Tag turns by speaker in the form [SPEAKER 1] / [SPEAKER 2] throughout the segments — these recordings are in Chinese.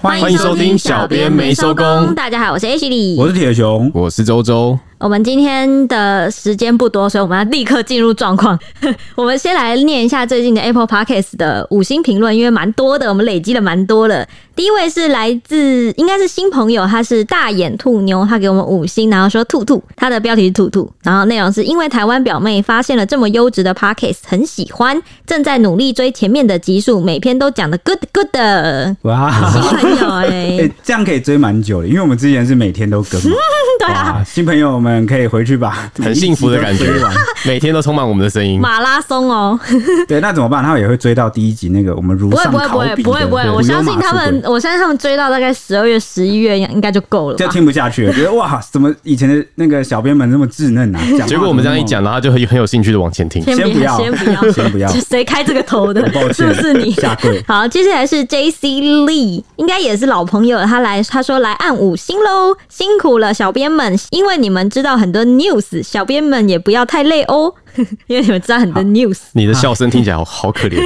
[SPEAKER 1] 欢迎收听小编没收工
[SPEAKER 2] 大家好，我是 H 李。
[SPEAKER 1] 我是铁熊，
[SPEAKER 3] 我是周周，
[SPEAKER 2] 我们今天的时间不多，所以我们要立刻进入状况。 我们先来念一下最近的 Apple Podcast 的五星评论，因为蛮多的，我们累积了蛮多了。第一位是来自应该是新朋友，他是大眼兔妞，他给我们五星，然后说兔兔，他的标题是兔兔，然后内容是因为台湾表妹发现了这么优质的 Podcast，很喜欢，正在努力追前面的集数，每篇都讲的 good good 的，新
[SPEAKER 1] 哇！
[SPEAKER 2] 朋友哎、
[SPEAKER 1] 哎、 这样可以追蛮久的，因为我们之前是每天都更嘛。
[SPEAKER 2] 对啊。
[SPEAKER 1] 哇，新朋友们可以回去吧，
[SPEAKER 3] 很幸福的感觉
[SPEAKER 1] 每一集都追完
[SPEAKER 3] 每天都充满我们的声音。
[SPEAKER 2] 马拉松哦，
[SPEAKER 1] 对，那怎么办？他们也会追到第一集那个我们如
[SPEAKER 2] 不会
[SPEAKER 1] 上
[SPEAKER 2] 不会
[SPEAKER 1] 考
[SPEAKER 2] 不会
[SPEAKER 1] 比
[SPEAKER 2] 不会
[SPEAKER 1] 的
[SPEAKER 2] 不会，
[SPEAKER 1] 对
[SPEAKER 2] 我相信他
[SPEAKER 1] 无忧
[SPEAKER 2] 们
[SPEAKER 1] 马术，
[SPEAKER 2] 我相信他们追到大概十二月、十一月应该就够了
[SPEAKER 1] 就
[SPEAKER 2] 吧。
[SPEAKER 1] 听不下去了，觉得哇，怎么以前的那个小编们那么稚嫩啊？讲话
[SPEAKER 3] 结果我们这样一讲，然后他就很很有兴趣的往前听。
[SPEAKER 1] 先不
[SPEAKER 2] 不
[SPEAKER 1] 要
[SPEAKER 2] 先不要，
[SPEAKER 1] 先不要
[SPEAKER 2] 谁开这个头的
[SPEAKER 1] 很抱？歉
[SPEAKER 2] 是不是你？
[SPEAKER 1] 下跪
[SPEAKER 2] 好，接下来是 J C Lee，应该也是老朋友了。他来，他说来按五星喽，辛苦了，小编们，因为你们知道很多 news，小编们也不要太累哦， 因为你们知道很多 news。
[SPEAKER 3] 你的笑声听起来好好可怜，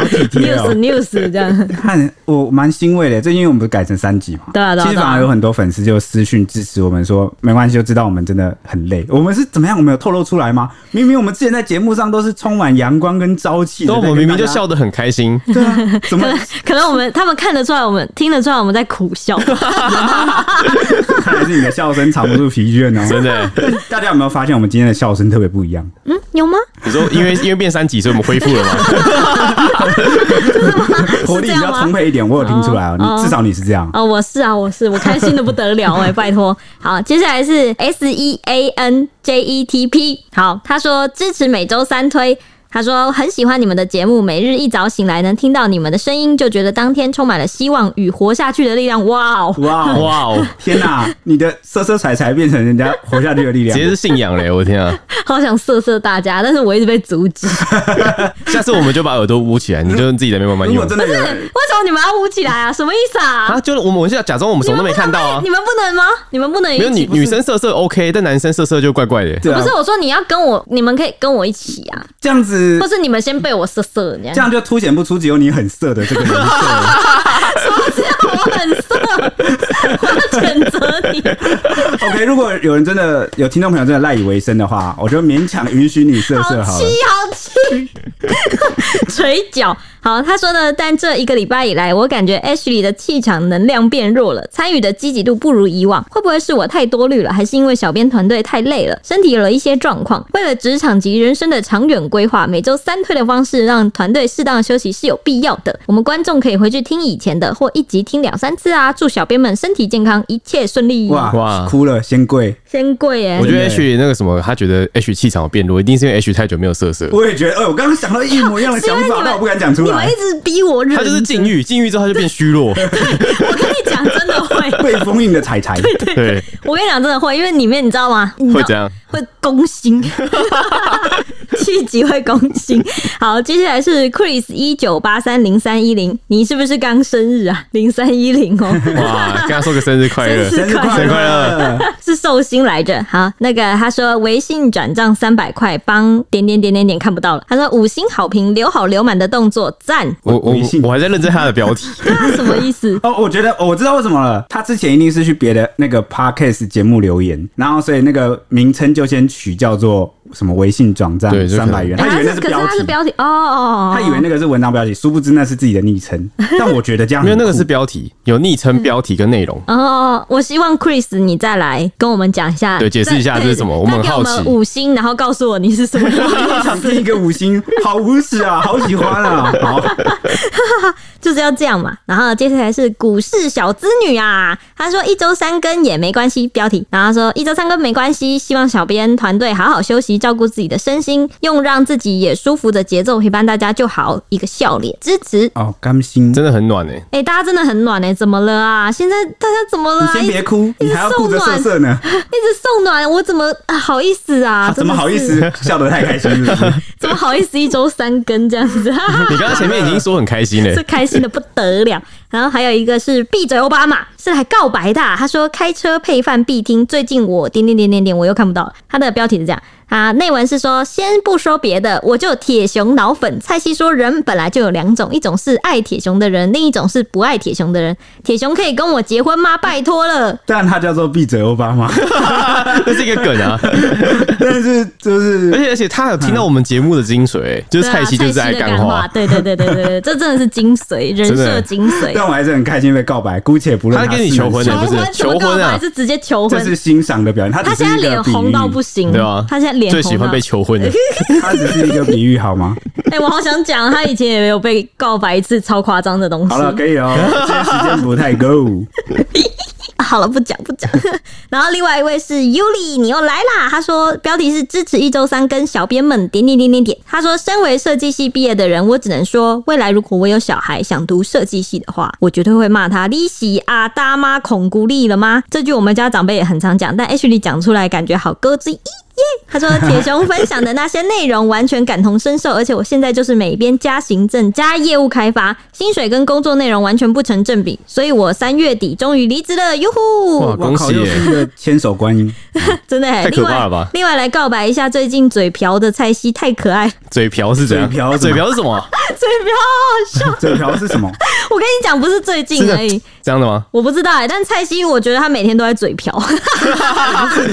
[SPEAKER 1] 很体贴
[SPEAKER 2] news
[SPEAKER 1] 哦。
[SPEAKER 2] news 这样，
[SPEAKER 1] 看我蛮欣慰的，最近我们改成三集嘛，
[SPEAKER 2] 对啊对啊
[SPEAKER 1] 其实反而有很多粉丝就私讯支持我们说，没关系，就知道我们真的很累。我们是怎么样？我们有透露出来吗？明明我们之前在节目上都是充满阳光跟朝气的，
[SPEAKER 3] 对，我们明明就，笑得很开心，
[SPEAKER 1] 对啊， 怎么
[SPEAKER 2] 可能我们他们看得出来，我们听得出来我们在苦 笑。
[SPEAKER 1] 看来是你的笑声藏不住疲倦哦。
[SPEAKER 3] 真的。
[SPEAKER 1] 大家有没有发现我们今天的笑声特别不一 样？
[SPEAKER 2] 嗯，有吗？
[SPEAKER 3] 你说因为因为变三级，所以我们恢复了嘛？
[SPEAKER 1] 活力比较充沛一点，我有听出来哦。
[SPEAKER 2] 哦
[SPEAKER 1] 你至少你是这样，
[SPEAKER 2] 哦，我是啊，我是，我开心的不得了 哎、拜托。好，接下来是 S E A N J E T P。好，他说支持每周三推。他说很喜欢你们的节目，每日一早醒来能听到你们的声音，就觉得当天充满了希望与活下去的力量。哇哦！
[SPEAKER 1] 哇哇！
[SPEAKER 3] 哇哦，
[SPEAKER 1] 天哪，你的色色彩彩变成人家活下去的力
[SPEAKER 3] 直
[SPEAKER 1] 量
[SPEAKER 3] 接。是信仰嘞！我的天啊，
[SPEAKER 2] 好想色色大家，但是我一直被阻止。为
[SPEAKER 3] 下次我们就把耳朵捂起来，你就自己在那边慢慢
[SPEAKER 1] 如果
[SPEAKER 3] 用。
[SPEAKER 1] 真的有人
[SPEAKER 2] 什么你们要捂起来啊？什么意思啊？
[SPEAKER 3] 啊，就是我们我们就假装我们什么都没看到啊
[SPEAKER 2] 你。们不能吗？你们不能一
[SPEAKER 3] 没有
[SPEAKER 2] 起
[SPEAKER 3] 女？女生色色 OK，但男生色色就怪怪的。
[SPEAKER 1] 对啊
[SPEAKER 2] 不，是我说你要跟我，你们可以跟我一起啊，
[SPEAKER 1] 这样子
[SPEAKER 2] 或，是你们先被我色色这样
[SPEAKER 1] 这。样就凸显不出只有你很色的这个人设了。
[SPEAKER 2] 这样我很色，我要谴责你。
[SPEAKER 1] OK，如果有人真的有听众朋友真的赖以为生的话，我就勉强允许你色色好了
[SPEAKER 2] 好气。，好气！ 捶脚。好，他说呢，但这一个礼拜以来，我感觉 Ashley 的气场能量变弱了，参与的积极度不如以往。会不会是我太多虑了，还是因为小编团队太累了，身体有了一些状况？为了职场及人生的长远规划，每周三推的方式让团队适当的休息是有必要的。我们观众可以回去听以前的，或一集听两三次啊。祝小编们身体健康，一切顺利。
[SPEAKER 1] 哇
[SPEAKER 3] 哇
[SPEAKER 1] 哭了，先跪。
[SPEAKER 2] 先跪耶、
[SPEAKER 3] 我觉
[SPEAKER 1] 真
[SPEAKER 3] 得
[SPEAKER 1] 的
[SPEAKER 3] H 那个什么，他觉得 H 气场有变弱，一定是因为 H 太久没有色色了。
[SPEAKER 1] 我也觉得，哎，我刚刚想到一模一样的想
[SPEAKER 2] 是因为你
[SPEAKER 1] 法，
[SPEAKER 2] 们
[SPEAKER 1] 但我不敢讲出
[SPEAKER 2] 你们
[SPEAKER 1] 来
[SPEAKER 2] 一。直逼我忍，
[SPEAKER 3] 他就是禁欲，禁欲之后他就变虚弱。
[SPEAKER 2] 我跟你讲，真 的会，
[SPEAKER 1] 被封印的彩彩，
[SPEAKER 3] 对，
[SPEAKER 2] 我跟你讲真的会，因为里面你知道吗？你知道
[SPEAKER 3] 会 怎样？
[SPEAKER 2] 会 攻心，气急会攻心。好，接下来是 Chris 一九八三零三一零，你是不是刚生日啊？零三一零 哦。
[SPEAKER 3] 哇，跟他说个生 日快乐，
[SPEAKER 1] 生日快
[SPEAKER 3] 生日快
[SPEAKER 1] 乐！
[SPEAKER 2] 是寿星来着。好，那个他说微信转账三百块，帮点点点点点看不到了。他说五星好评，留好留满的动作赞，
[SPEAKER 3] 我我
[SPEAKER 1] 微信
[SPEAKER 3] 我还在认真他的标 题，
[SPEAKER 2] 那什么意思？
[SPEAKER 1] 哦，我觉得、哦我知道为什么了。他之前一定是去别的那个 podcast 节目留言，然后所以那个名称就先取叫做什么微信转账
[SPEAKER 3] 对就可
[SPEAKER 1] 三
[SPEAKER 3] 能
[SPEAKER 1] 百元，
[SPEAKER 2] 哎
[SPEAKER 1] 他以为那
[SPEAKER 2] 是
[SPEAKER 1] 是
[SPEAKER 2] 可是
[SPEAKER 1] 标
[SPEAKER 2] 他是
[SPEAKER 1] 题，
[SPEAKER 2] 标题哦哦，哦
[SPEAKER 1] 他以为那个是文章标题，殊不知那是自己的昵称。但我觉得这样
[SPEAKER 3] 没有那个
[SPEAKER 1] 很
[SPEAKER 3] 是标
[SPEAKER 1] 啊
[SPEAKER 3] 题，有昵称、标题跟内容。
[SPEAKER 2] 哦，我希望 Chris 你再来跟我们讲一下，
[SPEAKER 3] 对解释一下
[SPEAKER 2] 对
[SPEAKER 3] 这是什么
[SPEAKER 2] 对
[SPEAKER 3] 我们
[SPEAKER 2] 再
[SPEAKER 3] 很
[SPEAKER 2] 给
[SPEAKER 3] 好奇
[SPEAKER 2] 五星，然后告诉我你是什 么意思，
[SPEAKER 1] 酷想听一个五星，好无耻啊，好喜欢啊，好，
[SPEAKER 2] 就是要这样嘛。然后接下来是股市小资女啊，她说一周三更也没关系，标题。然后她说一周三更没关系，希望小编团队好好休息，照顾自己的身心，用让自己也舒服的节奏陪伴大家就好。一个笑脸支持，
[SPEAKER 1] 哦，甘心，
[SPEAKER 3] 真的很暖欸
[SPEAKER 1] 嗯
[SPEAKER 3] 诶，
[SPEAKER 2] 哎、大家真的很暖哎、怎么了啊？现在大家怎么了、
[SPEAKER 1] 你
[SPEAKER 2] 啊？
[SPEAKER 1] 先
[SPEAKER 2] 一直
[SPEAKER 1] 别哭，你还要顾着色色呢，啊
[SPEAKER 2] 一直送暖，我怎么、啊、好意思啊？
[SPEAKER 1] 啊怎么
[SPEAKER 2] 真的
[SPEAKER 1] 好意
[SPEAKER 2] 是
[SPEAKER 1] 思笑得太开心是不是？
[SPEAKER 2] 怎么好意思一周三更这样子？ 哈哈
[SPEAKER 3] 你刚刚前面已经说很开心嘞
[SPEAKER 2] 这，开心的不得了。然后还有一个是闭嘴奥巴马，是来告白的啊、他说开车配饭必听，最近我点点点点点，我又看不到了。他的标题是这样。啊，内文是说，先不说别的，我就铁熊脑粉。蔡西说，人本来就有两种，一种是爱铁熊的人，另一种是不爱铁熊的人。铁熊可以跟我结婚吗？拜托了。
[SPEAKER 1] 但他叫做闭嘴欧巴马，
[SPEAKER 3] 这是一个梗啊！
[SPEAKER 1] 但是就是
[SPEAKER 3] 而且而且他有听到我们节目的精
[SPEAKER 1] 嗯
[SPEAKER 3] 髓，欸就是蔡西就是爱
[SPEAKER 2] 对啊蔡西
[SPEAKER 3] 干
[SPEAKER 2] 的话，
[SPEAKER 3] 话，
[SPEAKER 2] 对对对对对对，这真的是精髓，人
[SPEAKER 3] 真的
[SPEAKER 2] 设精髓。
[SPEAKER 1] 但我还是很开心被告白，姑且不论
[SPEAKER 3] 他跟你
[SPEAKER 1] 是
[SPEAKER 3] 求婚
[SPEAKER 1] 男
[SPEAKER 3] 了不
[SPEAKER 1] 生
[SPEAKER 3] 是
[SPEAKER 2] 求婚
[SPEAKER 3] 求婚啊
[SPEAKER 2] 还是直接求
[SPEAKER 1] 这
[SPEAKER 2] 婚？
[SPEAKER 1] 是欣赏的表现，他
[SPEAKER 2] 他
[SPEAKER 1] 只
[SPEAKER 2] 现
[SPEAKER 1] 是
[SPEAKER 2] 在
[SPEAKER 1] 一
[SPEAKER 2] 脸
[SPEAKER 1] 个比
[SPEAKER 2] 红到不
[SPEAKER 1] 喻，啊
[SPEAKER 2] 行，
[SPEAKER 3] 对吧？
[SPEAKER 2] 他现在脸
[SPEAKER 3] 最喜
[SPEAKER 2] 红啊
[SPEAKER 3] 欢
[SPEAKER 2] 到
[SPEAKER 3] 被求 婚的，
[SPEAKER 1] 他只是一个比喻好吗？
[SPEAKER 2] 哎、我好想讲，他以前也没有被告白一次超夸张的东西。
[SPEAKER 1] 好了，可以哦，今天时间不太够。
[SPEAKER 2] 啊好了，不讲不讲。然后另外一位是 Yuli，你又来啦。他说标题是支持一周三跟小编们点点点点点。他说，身为设计系毕业的人，我只能说，未来如果我有小孩想读设计系的话，我绝对会骂他利息啊大妈恐孤立了吗？这句我们家长辈也很常讲，但 H 里讲出来感觉好咯吱一。他说：“铁熊分享的那些内容完全感同身受，而且我现在就是每边加行政加业务开发，薪水跟工作内容完全不成正比，所以我三月底终于离职了，哟
[SPEAKER 3] 哇
[SPEAKER 2] 呼！
[SPEAKER 1] 我
[SPEAKER 3] 恭
[SPEAKER 1] 靠，
[SPEAKER 3] 喜
[SPEAKER 1] 又
[SPEAKER 3] 耶！
[SPEAKER 1] 是一个千手观音，
[SPEAKER 2] 真的、欸，
[SPEAKER 3] 太
[SPEAKER 2] 另
[SPEAKER 3] 可
[SPEAKER 2] 外
[SPEAKER 3] 怕了吧
[SPEAKER 2] 另外来告白一下，最近嘴瓢的蔡西太可爱，
[SPEAKER 3] 嘴瓢是怎样？
[SPEAKER 1] 嘴瓢是吗
[SPEAKER 3] 嘴瓢是 什
[SPEAKER 2] 嘴瓢好
[SPEAKER 3] 么？
[SPEAKER 2] 好笑。
[SPEAKER 1] 这条是什么？
[SPEAKER 2] 我跟你讲，不是最近
[SPEAKER 3] 是的
[SPEAKER 2] 而已，
[SPEAKER 3] 这样的吗？
[SPEAKER 2] 我不知道哎、但蔡西我觉得他每天都在嘴 瓢，因为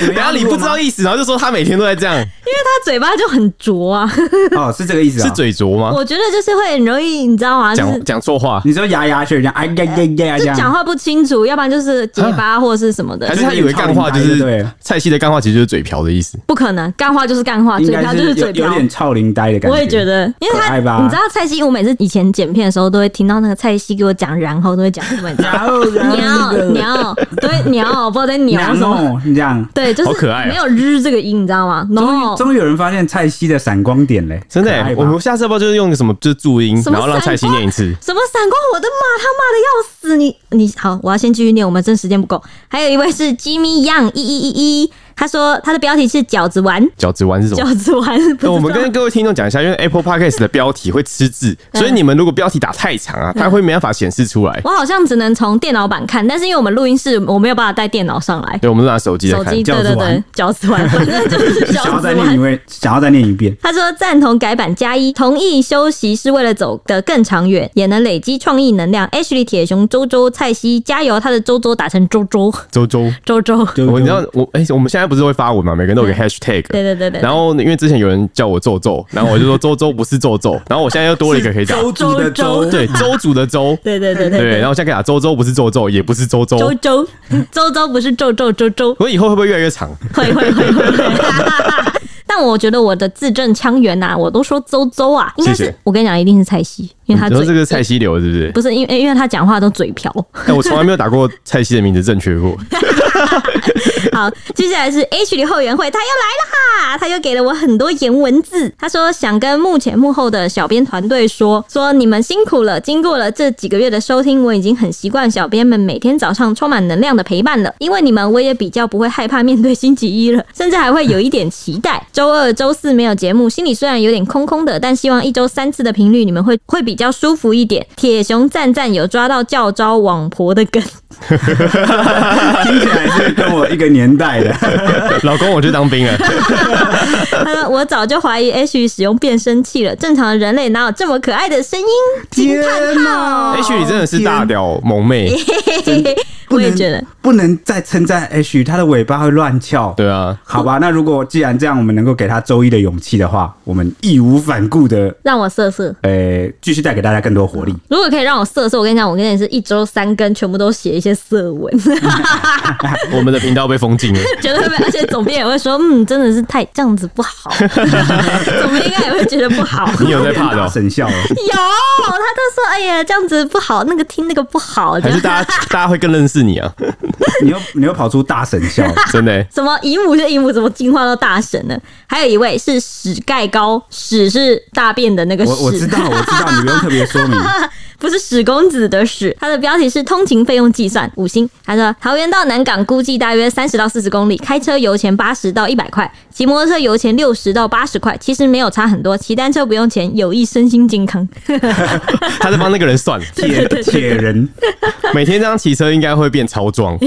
[SPEAKER 3] 等下你不知道意思，然后就说他每天都在这样，
[SPEAKER 2] 他嘴巴就很拙啊。
[SPEAKER 1] 哦，是这个意思啊？
[SPEAKER 3] 是嘴拙吗？
[SPEAKER 2] 我觉得就是会很容易，你知道吗？就
[SPEAKER 3] 讲
[SPEAKER 2] 是
[SPEAKER 3] 讲错话，
[SPEAKER 1] 你说牙牙学这样，哎呀呀呀呀，啊
[SPEAKER 2] 就
[SPEAKER 1] 这样
[SPEAKER 2] 讲话不清楚，要不然就是结巴或是什么的
[SPEAKER 3] 还。是他以为干话就
[SPEAKER 1] 就是
[SPEAKER 3] 是
[SPEAKER 1] 对
[SPEAKER 3] 蔡西的干话，其实就是嘴瓢的意思。
[SPEAKER 2] 不可能，干话就是干话，
[SPEAKER 1] 应
[SPEAKER 2] 啊嘴瓢
[SPEAKER 1] 该
[SPEAKER 2] 就是
[SPEAKER 1] 有
[SPEAKER 2] 嘴
[SPEAKER 1] 有
[SPEAKER 2] 瓢。
[SPEAKER 1] 点超龄呆的感觉。
[SPEAKER 2] 我也觉得，因为
[SPEAKER 1] 可
[SPEAKER 2] 他，
[SPEAKER 1] 爱吧
[SPEAKER 2] 你知道蔡西，我每次以前剪片的时候，都会听到那个蔡西给我讲，然后都会讲什 么，你知道吗
[SPEAKER 1] 然后然后那
[SPEAKER 2] 鸟
[SPEAKER 1] 个哦
[SPEAKER 2] 鸟，对鸟，不知道在鸟
[SPEAKER 1] 然
[SPEAKER 2] 什么，
[SPEAKER 1] 后这样，
[SPEAKER 2] 对，就是
[SPEAKER 3] 好可爱啊
[SPEAKER 2] 没有日这个音，你知道吗？然
[SPEAKER 1] 终
[SPEAKER 2] 后
[SPEAKER 1] 于终于有人发现蔡西的闪光点嘞，
[SPEAKER 3] 真的、
[SPEAKER 1] 可爱吧
[SPEAKER 3] 欸，我们下次要不要就是用个什么就是注音，
[SPEAKER 2] 什么
[SPEAKER 3] 然后让蔡西念一次？
[SPEAKER 2] 什么闪光我的妈，他骂的要死！你你好，我要先继续念，我们真时间不够。还有一位是 Jimmy Young 一一一一，他说他的标题是饺子丸，
[SPEAKER 3] 饺子丸是什么？
[SPEAKER 2] 饺子丸，不知
[SPEAKER 3] 哦那
[SPEAKER 2] 道
[SPEAKER 3] 我们跟各位听众讲一下，因为 Apple Podcast 的标题会吃字，
[SPEAKER 2] 嗯
[SPEAKER 3] 所以你们如果标题打太长啊，它会没办法显示出来。
[SPEAKER 2] 我好像只能从电脑版看，但是因为我们录音室我没有办法带电脑上来，
[SPEAKER 3] 对，我们拿手机来
[SPEAKER 2] 手
[SPEAKER 3] 看
[SPEAKER 2] 机，对
[SPEAKER 1] 饺
[SPEAKER 2] 对
[SPEAKER 1] 子
[SPEAKER 2] 对
[SPEAKER 1] 丸，
[SPEAKER 2] 饺子丸，反正就是
[SPEAKER 1] 想要
[SPEAKER 2] 饺
[SPEAKER 1] 再
[SPEAKER 2] 子
[SPEAKER 1] 念一
[SPEAKER 2] 丸。
[SPEAKER 1] 位，想要再念一遍。
[SPEAKER 2] 他说赞同改版加一，同意休息是为了走得更长远，也能累积创意能量。Ashley 铁熊周周蔡西加油，他的周周打成周周
[SPEAKER 3] 周周。
[SPEAKER 2] 周周，
[SPEAKER 1] 就
[SPEAKER 3] 我你知道我哎、我们现在不是会发文嘛，每个人都有个 hashtag。
[SPEAKER 2] 对对对对
[SPEAKER 3] 然后因为之前有人叫我皱皱，然后我就说周周不是皱皱，然后我现在又多了一个可以打，
[SPEAKER 1] 周族的周，
[SPEAKER 3] 对周族的周，
[SPEAKER 2] 对对对对
[SPEAKER 3] 对，然后我现在可以打周周不是周周，也不是周周。
[SPEAKER 2] 周周周周不是周周周周，
[SPEAKER 3] 我以后会不会越来越长？
[SPEAKER 2] 会会会会 会。但我觉得我的字正腔圆呐，我都说周周啊，应该
[SPEAKER 3] 谢
[SPEAKER 2] 是
[SPEAKER 3] 谢
[SPEAKER 2] 我跟你讲，一定是蔡西，因为他
[SPEAKER 3] 你说
[SPEAKER 2] 嘴
[SPEAKER 3] 这个蔡西流是不是？
[SPEAKER 2] 不是因为因为他讲话都嘴瓢。
[SPEAKER 3] 但我从来没有打过蔡西的名字正确过。
[SPEAKER 2] 好，接下来是 H 里后援会，他又来啦！他又给了我很多颜文字。他说想跟幕前幕后的小编团队说，说你们辛苦了。经过了这几个月的收听，我已经很习惯小编们每天早上充满能量的陪伴了。因为你们，我也比较不会害怕面对星期一了， 甚至还会有一点期待。周二、周四没有节目，心里虽然有点空空的，但希望一周三次的频率，你们会会比较舒服一点。铁熊赞赞有抓到教招网婆的梗。
[SPEAKER 1] 听起来是跟我一个年代 的，
[SPEAKER 3] 老公，我去当兵了。
[SPEAKER 2] 他说：“我早就怀疑 H 使用变声器了，正常人类哪有这么可爱的声音？
[SPEAKER 1] 天哪
[SPEAKER 3] H，你真的是大屌萌妹，
[SPEAKER 2] 嘿嘿我也觉得，
[SPEAKER 1] 不能再称赞 H，他的尾巴会乱翘。
[SPEAKER 3] 对啊，
[SPEAKER 1] 好吧，那如果既然这样，我们能够给他周一的勇气的话，我们义无反顾的，
[SPEAKER 2] 让我瑟瑟。
[SPEAKER 1] 呃，继续带给大家更多活力。
[SPEAKER 2] 如果可以让我瑟瑟，我跟你讲，我跟你是一周三更全部都写一些色文，
[SPEAKER 3] 我们的频道被封禁了。
[SPEAKER 2] 绝对会被。而且总编也会说，嗯，真的是太这样子不好。 总编应该也会觉得不好。”
[SPEAKER 3] 你有在怕的哦、
[SPEAKER 1] 省效了，
[SPEAKER 2] 有，他就说：“哎呀，这样子不好，那个听那个不好，这
[SPEAKER 3] 还
[SPEAKER 2] 样
[SPEAKER 3] 是大家大家会更认识你啊？
[SPEAKER 1] 你又你又跑出大省效，
[SPEAKER 3] 真的欸、
[SPEAKER 2] 什么姨母就姨母，怎么进化到大神呢？还有一位是屎盖高，屎是大便的那个屎，
[SPEAKER 1] 我我知道我知道，你不用特别说明。
[SPEAKER 2] 不是史公子的史，它的标题是通勤费用计算五星。他说桃园到南港估计大约三十到四十公里，开车油钱八十到一百块，骑摩托车油钱六十到八十块，其实没有差很多。骑单车不用钱，有益身心健康。
[SPEAKER 3] 他在帮那个人算，
[SPEAKER 1] 铁铁人，
[SPEAKER 3] 每天这样骑车应该会变超壮，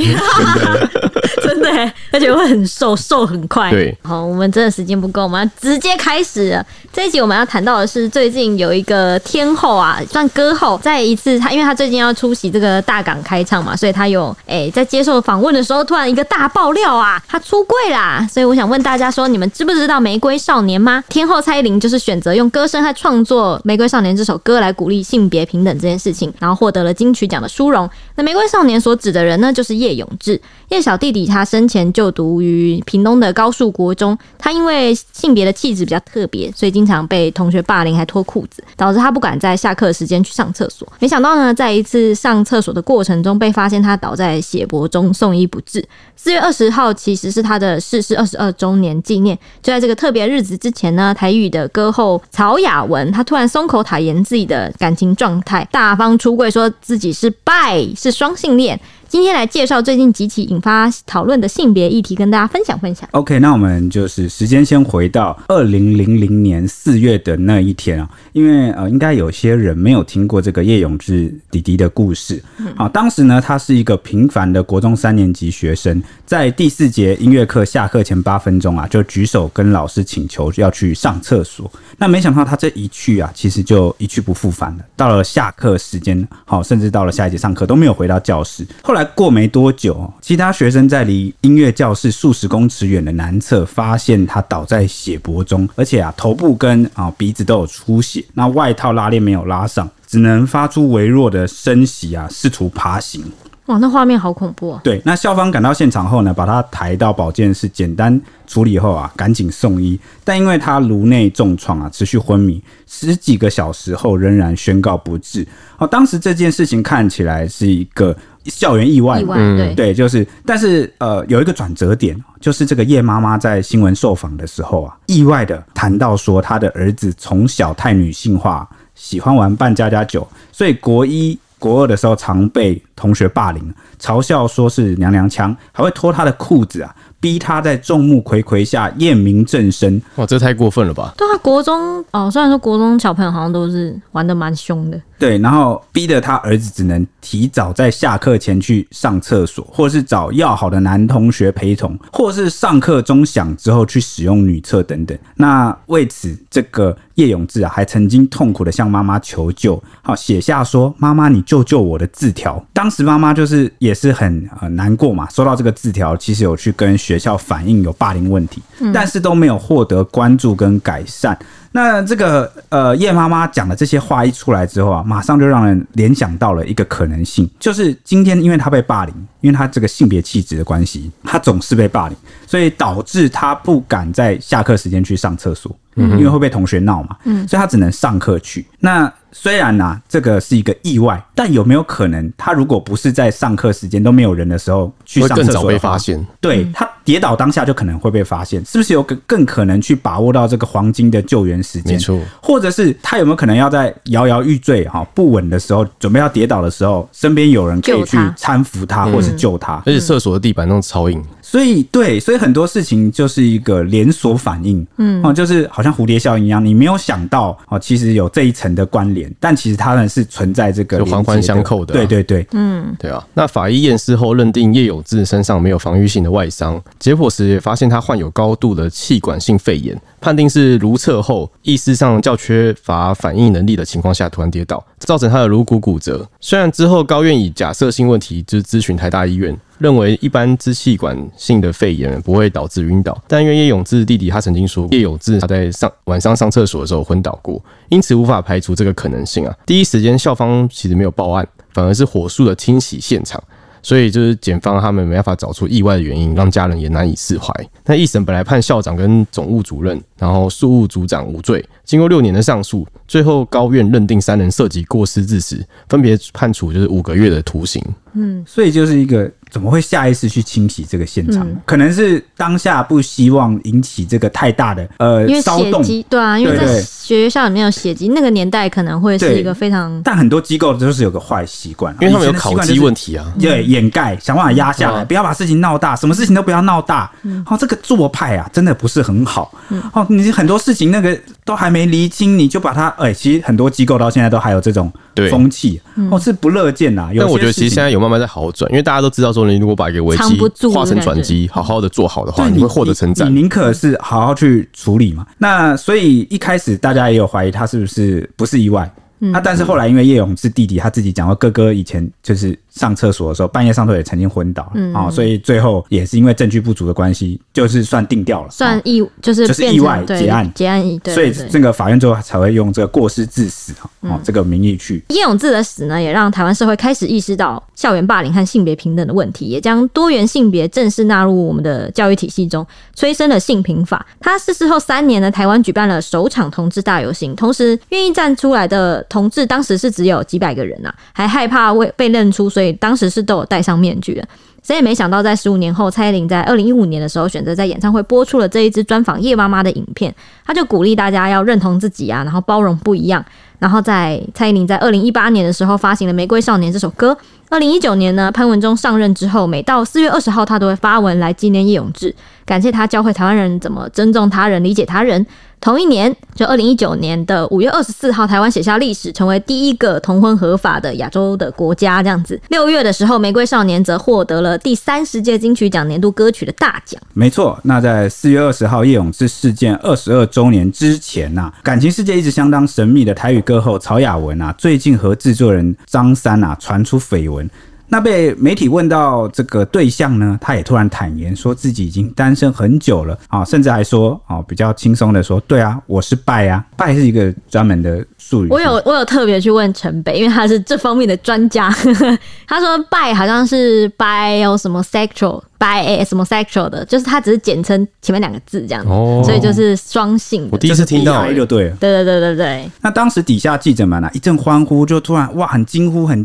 [SPEAKER 2] 真的欸，而且会很瘦，瘦很快。
[SPEAKER 3] 对，
[SPEAKER 2] 好，我们真的时间不够，我们要直接开始了。这一集我们要谈到的是，最近有一个天后啊，算歌后，在一次她，因为她最近要出席这个大港开唱嘛，所以她有诶、在接受访问的时候，突然一个大爆料啊，她出柜啦。 所以我想问大家说，你们知不知道《玫瑰少年》吗？天后蔡依林就是选择用歌声和创作《玫瑰少年》这首歌来鼓励性别平等这件事情，然后获得了金曲奖的殊荣。那《玫瑰少年》所指的人呢，就是叶永志。叶小弟弟他生前就读于屏东的高树国中，他因为性别的气质比较特别，所以经常被同学霸凌，还脱裤子，导致他不敢在下课时间去上厕所。没想到呢，在一次上厕所的过程中，被发现他倒在血泊中，送医不治。四月二十号其实是他的逝世二十二周年纪念，就在这个特别日子之前呢，台语的歌后曹雅雯，她突然松口坦言自己的感情状态，大方出柜说自己是拜，是双性恋。今天来介绍最近集体引发讨论的性别议题，跟大家分享分享。
[SPEAKER 1] OK，那我们就是时间先回到二零零零年四月的那一天啊，因为呃，应该有些人没有听过这个叶永志弟弟的故事。好、当时呢，他是一个平凡的国中三年级学生，在第四节音乐课下课前八分钟啊，就举手跟老师请求要去上厕所。那没想到他这一去啊，其实就一去不复返了。到了下课时间，好、甚至到了下一节上课都没有回到教室。后来过没多久，其他学生在离音乐教室数十公尺远的南侧发现他倒在血泊中，而且啊，头部跟啊、鼻子都有出血，那外套拉链没有拉上，只能发出微弱的声息啊，试图爬行。
[SPEAKER 2] 哇，那画面好恐怖哦！
[SPEAKER 1] 对，那校方赶到现场后呢，把他抬到保健室简单处理后啊，赶紧送医。但因为他颅内重创啊，持续昏迷十几个小时后，仍然宣告不治。哦，当时这件事情看起来是一个校园意外
[SPEAKER 2] 意
[SPEAKER 1] 嘛
[SPEAKER 2] 外，对，
[SPEAKER 1] 对，就是，但是呃，有一个转折点，就是这个叶妈妈在新闻受访的时候啊，意外的谈到说，她的儿子从小太女性化，喜欢玩扮家家酒，所以国一。国二的时候常被同学霸凌，嘲笑说是娘娘腔，还会脱她的裤子啊，逼她在众目睽睽下验明正身，
[SPEAKER 3] 哇，这太过分了吧？
[SPEAKER 2] 对啊，国中哦，虽然说国中小朋友好像都是玩的蛮凶的，
[SPEAKER 1] 对，然后逼得他儿子只能提早在下课前去上厕所，或是找要好的男同学陪同，或是上课钟响之后去使用女厕等等。那为此，这个叶永志啊，还曾经痛苦的向妈妈求救，好写下说：“妈妈，你救救我的字条。”当时妈妈就是也是很呃难过嘛，收到这个字条，其实有去跟学校反映有霸凌问题，但是都没有获得关注跟改善。那这个呃，叶妈妈讲的这些话一出来之后啊，马上就让人联想到了一个可能性，就是今天因为她被霸凌，因为她这个性别气质的关系，她总是被霸凌，所以导致她不敢在下课时间去上厕所，
[SPEAKER 3] 嗯
[SPEAKER 1] 因为会被同学闹嘛，所以她只能上课去。那虽然呐、这个是一个意外，但有没有可能，她如果不是在上课时间都没有人的时候去
[SPEAKER 3] 会
[SPEAKER 1] 上厕
[SPEAKER 3] 更
[SPEAKER 1] 所的
[SPEAKER 3] 早
[SPEAKER 1] 话，
[SPEAKER 3] 被发现。
[SPEAKER 1] 对他跌倒当下就可能会被发现，是不是有更更可能去把握到这个黄金的救援时间？
[SPEAKER 3] 没错
[SPEAKER 1] 或者是他有没有可能要在摇摇欲坠、哈不稳的时候，准备要跌倒的时候，身边有人可以
[SPEAKER 2] 救
[SPEAKER 1] 去
[SPEAKER 2] 他
[SPEAKER 1] 搀扶他，
[SPEAKER 3] 嗯
[SPEAKER 1] 或是救他？
[SPEAKER 3] 而且厕所的地板那种超硬，
[SPEAKER 1] 所以对，所以很多事情就是一个连锁反应，嗯，哦，就是好像蝴蝶效应一样，你没有想到哦，其实有这一层的关联，但其实它们是存在这个
[SPEAKER 3] 就环环
[SPEAKER 1] 连接
[SPEAKER 3] 相扣的啊
[SPEAKER 1] 对对对，
[SPEAKER 3] 对啊。那法医验尸后认定叶永志身上没有防御性的外伤，解剖时也发现他患有高度的气管性肺炎，判定是颅侧后意识上较缺乏反应能力的情况下突然跌倒，造成他的颅骨骨折。虽然之后高院以假设性问题就是咨询台大医院，认为一般支气管性的肺炎不会导致晕倒，但因为叶永志弟弟他曾经说，叶永志他在上晚上上厕所的时候昏倒过，因此无法排除这个可能性啊。第一时间校方其实没有报案，反而是火速的清洗现场。所以就是检方他们没办法找出意外的原因，让家人也难以释怀。那一审本来判校长跟总务主任，然后宿务组长无罪。经过六年的上诉，最后高院认定三人涉及过失致死，分别判处就是五个月的徒刑。
[SPEAKER 1] 所以就是一个怎么会下意识去清洗这个现场？
[SPEAKER 2] 嗯
[SPEAKER 1] 可能是当下不希望引起这个太大的呃
[SPEAKER 2] 因为
[SPEAKER 1] 骚
[SPEAKER 2] 血
[SPEAKER 1] 动。
[SPEAKER 2] 迹，对啊，因为
[SPEAKER 1] 对
[SPEAKER 2] 在
[SPEAKER 1] 对
[SPEAKER 2] 学校里面有血迹，那个年代可能会是
[SPEAKER 1] 对
[SPEAKER 2] 一个非常
[SPEAKER 1] 但很多机构就是有个坏习惯，啊
[SPEAKER 3] 因为他们有
[SPEAKER 1] 以前的习
[SPEAKER 3] 考
[SPEAKER 1] 惯就是
[SPEAKER 3] 绩问题啊，
[SPEAKER 2] 嗯
[SPEAKER 1] 对，掩盖，想办法压下来，
[SPEAKER 3] 嗯
[SPEAKER 1] 不要把事情闹大，什么
[SPEAKER 2] 嗯
[SPEAKER 1] 事情都不要闹大。哦，这个做派啊，真的不是很好。哦，你很多事情那个都还没厘清，你就把它，哎、其实很多机构到现在都还有这种
[SPEAKER 3] 对
[SPEAKER 1] 风气，
[SPEAKER 2] 嗯
[SPEAKER 1] 哦，是不乐见呐。有
[SPEAKER 3] 但我
[SPEAKER 1] 些
[SPEAKER 3] 觉得
[SPEAKER 1] 事
[SPEAKER 3] 其实
[SPEAKER 1] 情
[SPEAKER 3] 现在有慢慢在好转，因为大家都知道说，你如果把一个危
[SPEAKER 2] 藏不
[SPEAKER 3] 机
[SPEAKER 2] 住
[SPEAKER 3] 化成
[SPEAKER 2] 的感
[SPEAKER 3] 转
[SPEAKER 2] 觉
[SPEAKER 3] 机，好好的做好的话，
[SPEAKER 1] 对
[SPEAKER 3] 你会获得成长
[SPEAKER 1] 你。宁可是好好去处理嘛。那所以一开始大家也有怀疑他是不是不是意外。
[SPEAKER 2] 嗯
[SPEAKER 1] 那、但是后来因为叶永志弟弟他自己讲过，哥哥以前就是上厕所的时候，半夜上厕所也曾经昏倒啊、
[SPEAKER 2] 嗯
[SPEAKER 1] 哦所以最后也是因为证据不足的关系，就是算定掉了，
[SPEAKER 2] 算
[SPEAKER 1] 哦
[SPEAKER 2] 意就是
[SPEAKER 1] 就是
[SPEAKER 2] 变
[SPEAKER 1] 意
[SPEAKER 2] 成
[SPEAKER 1] 外
[SPEAKER 2] 对
[SPEAKER 1] 结案
[SPEAKER 2] 结案一对，
[SPEAKER 1] 所以
[SPEAKER 2] 对嗯
[SPEAKER 1] 这个法院最后才会用这个过失致死啊、哦这个名义去
[SPEAKER 2] 叶永志的死呢，也让台湾社会开始意识到校园霸凌和性别平等的问题，也将多元性别正式纳入我们的教育体系中，催生了性平法。他逝世后三年呢，台湾举办了首场同志大游行，同时愿意站出来的同志当时是只有几百个人啊，还害怕为被认出，所以当时是都有戴上面具的。谁也没想到，在十五年后，蔡依林在二零一五年的时候，选择在演唱会播出了这一支专访叶妈妈的影片，她就鼓励大家要认同自己啊，然后包容不一样。然后在蔡依林在二零一八年的时候发行了《玫瑰少年》这首歌。二零一九年呢，潘文忠上任之后，每到四月二十号，他都会发文来纪念叶永志，感谢他教会台湾人怎么尊重他人、理解他人。同一年，就二零一九年的五月二十四号，台湾写下历史，成为第一个同婚合法的亚洲的国家。这样子，六月的时候，《玫瑰少年》则获得了第三十届金曲奖年度歌曲的大奖。
[SPEAKER 1] 没错，那在四月二十号叶永志事件二十二周年之前呐、感情世界一直相当神秘的台语歌后曹雅雯啊，最近和制作人张三啊传出绯闻。那被媒体问到这个对象呢，他也突然坦言说自己已经单身很久了啊，甚至还说啊比较轻松的说，对啊，我是拜啊，拜是一个专门的术语。
[SPEAKER 2] 我有我有特别去问陈北，因为他是这方面的专家。 他说 bi 好像是 bi 哦什么 sexual bi 什么 sexual 的，就是他只是简称前面两个字这样子，
[SPEAKER 3] 哦
[SPEAKER 2] 所以就是双性
[SPEAKER 3] 我
[SPEAKER 2] 的。
[SPEAKER 3] 第一次听到、哎
[SPEAKER 1] 就是 BI 就对了。
[SPEAKER 2] 对对对对对，
[SPEAKER 1] 那当时底下记者们啊一阵欢呼，就突然哇很惊呼，很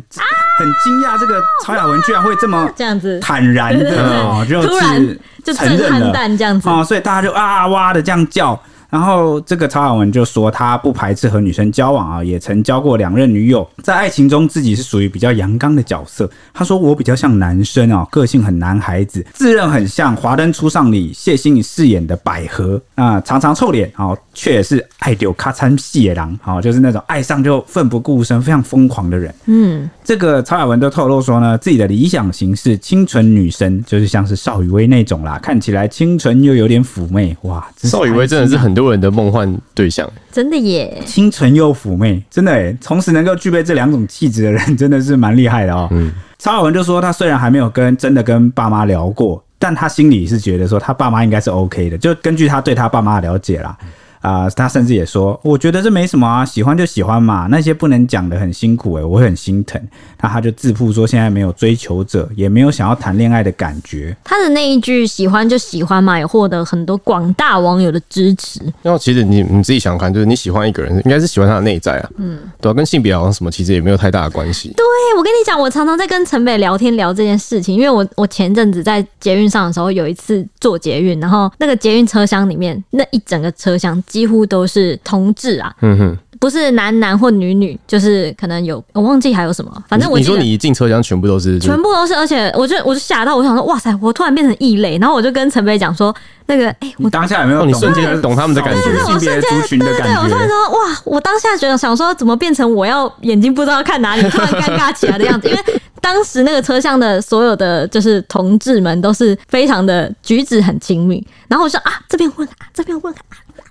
[SPEAKER 1] 很惊讶，这个曹雅雯居然会这么
[SPEAKER 2] 这样子
[SPEAKER 1] 坦然的 哦， 就
[SPEAKER 2] 嗯突然就震撼弹这样子。
[SPEAKER 1] 啊、哦，所以大家就啊哇的这样叫。然后这个曹雅文就说，他不排斥和女生交往啊，也曾交过两任女友，在爱情中自己是属于比较阳刚的角色。他说我比较像男生啊，个性很男孩子，自认很像《华灯初上》里谢欣颖饰演的百合啊、常常臭脸啊，却也是爱丢咔嚓戏的狼啊，就是那种爱上就奋不顾身、非常疯狂的人。
[SPEAKER 2] 嗯，
[SPEAKER 1] 这个曹雅文都透露说呢，自己的理想型是清纯女生，就是像是邵雨薇那种啦，看起来清纯又有点妩媚，哇！真是
[SPEAKER 3] 邵雨薇真的是很多人的梦幻对象，
[SPEAKER 2] 真的耶。
[SPEAKER 1] 清纯又妩媚，真的诶，同时能够具备这两种气质的人， 真的是蛮厉害的哦。
[SPEAKER 3] 嗯
[SPEAKER 1] 曹雅文就说，他虽然还没有跟真的跟爸妈聊过，但他心里是觉得说，他爸妈应该是 OK 的，就根据他对他爸妈的了解啦。啊、他甚至也说，我觉得这没什么啊，喜欢就喜欢嘛，那些不能讲的很辛苦诶、我会很心疼。那他就自负说，现在没有追求者，也没有想要谈恋爱的感觉。
[SPEAKER 2] 他的那一句“喜欢就喜欢嘛”，也获得很多广大网友的支持。
[SPEAKER 3] 因为其实你你自己想想看，就是你喜欢一个人，应该是喜欢他的内在啊，嗯，对啊，跟性别好像什么其实也没有太大的关系。
[SPEAKER 2] 对，我跟你讲，我常常在跟陈北聊天聊这件事情，因为我我前阵子在捷运上的时候，有一次坐捷运，然后那个捷运车厢里面那一整个车厢几乎都是同志啊，
[SPEAKER 3] 嗯哼，
[SPEAKER 2] 不是男男或女女，就是可能有我忘记还有什么，反正啊我
[SPEAKER 3] 你
[SPEAKER 2] 记
[SPEAKER 3] 说
[SPEAKER 2] 得
[SPEAKER 3] 你一进车厢全部都是，
[SPEAKER 2] 全部都是，而且我就我就吓到，我想说哇塞，我突然变成异类，然后我就跟陈北讲说那个哎、
[SPEAKER 1] 你当下有没有
[SPEAKER 3] 哦
[SPEAKER 1] 懂、
[SPEAKER 3] 你瞬间懂他们的感觉
[SPEAKER 1] 少数性别族群的
[SPEAKER 2] 对，我
[SPEAKER 1] 感
[SPEAKER 2] 突
[SPEAKER 1] 觉？
[SPEAKER 2] 然说哇，我当下觉得想说怎么变成我要眼睛不知道看哪里，突然尴尬起来的样子，因为。当时那个车厢的所有的就是同志们都是非常的举止很亲密，然后我说啊这边问啊这边问啊，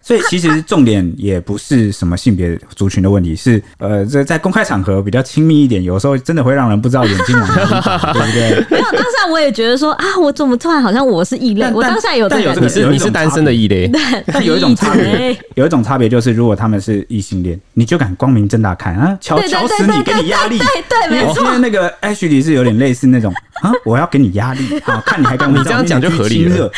[SPEAKER 1] 所以其实重点也不是什么性别族群的问题，是呃，这在公开场合比较亲密一点，有时候真的会让人不知道眼睛往哪里打，对不对？
[SPEAKER 2] 没有当下我也觉得说啊我怎么突然好像我是异类，
[SPEAKER 1] 但
[SPEAKER 2] 我
[SPEAKER 1] 但
[SPEAKER 2] 当下也有
[SPEAKER 1] 但
[SPEAKER 2] 这
[SPEAKER 1] 有啊这
[SPEAKER 2] 个感
[SPEAKER 1] 个
[SPEAKER 3] 你
[SPEAKER 2] 觉，
[SPEAKER 3] 是你是单身的异 类，
[SPEAKER 1] 但有一种差别，有一种差别就是，如果他们是异性恋，你就敢光明正大看啊，瞧
[SPEAKER 2] 对对
[SPEAKER 1] 瞧
[SPEAKER 2] 对
[SPEAKER 1] 死
[SPEAKER 2] 对
[SPEAKER 1] 你，给
[SPEAKER 2] 对
[SPEAKER 1] 你压力。
[SPEAKER 2] 对对没错
[SPEAKER 1] 因，为那个 H 里是有点类似那种啊，我要给你压力啊，看你还敢不敢
[SPEAKER 3] 你这样讲就合理了
[SPEAKER 1] 亲热。啊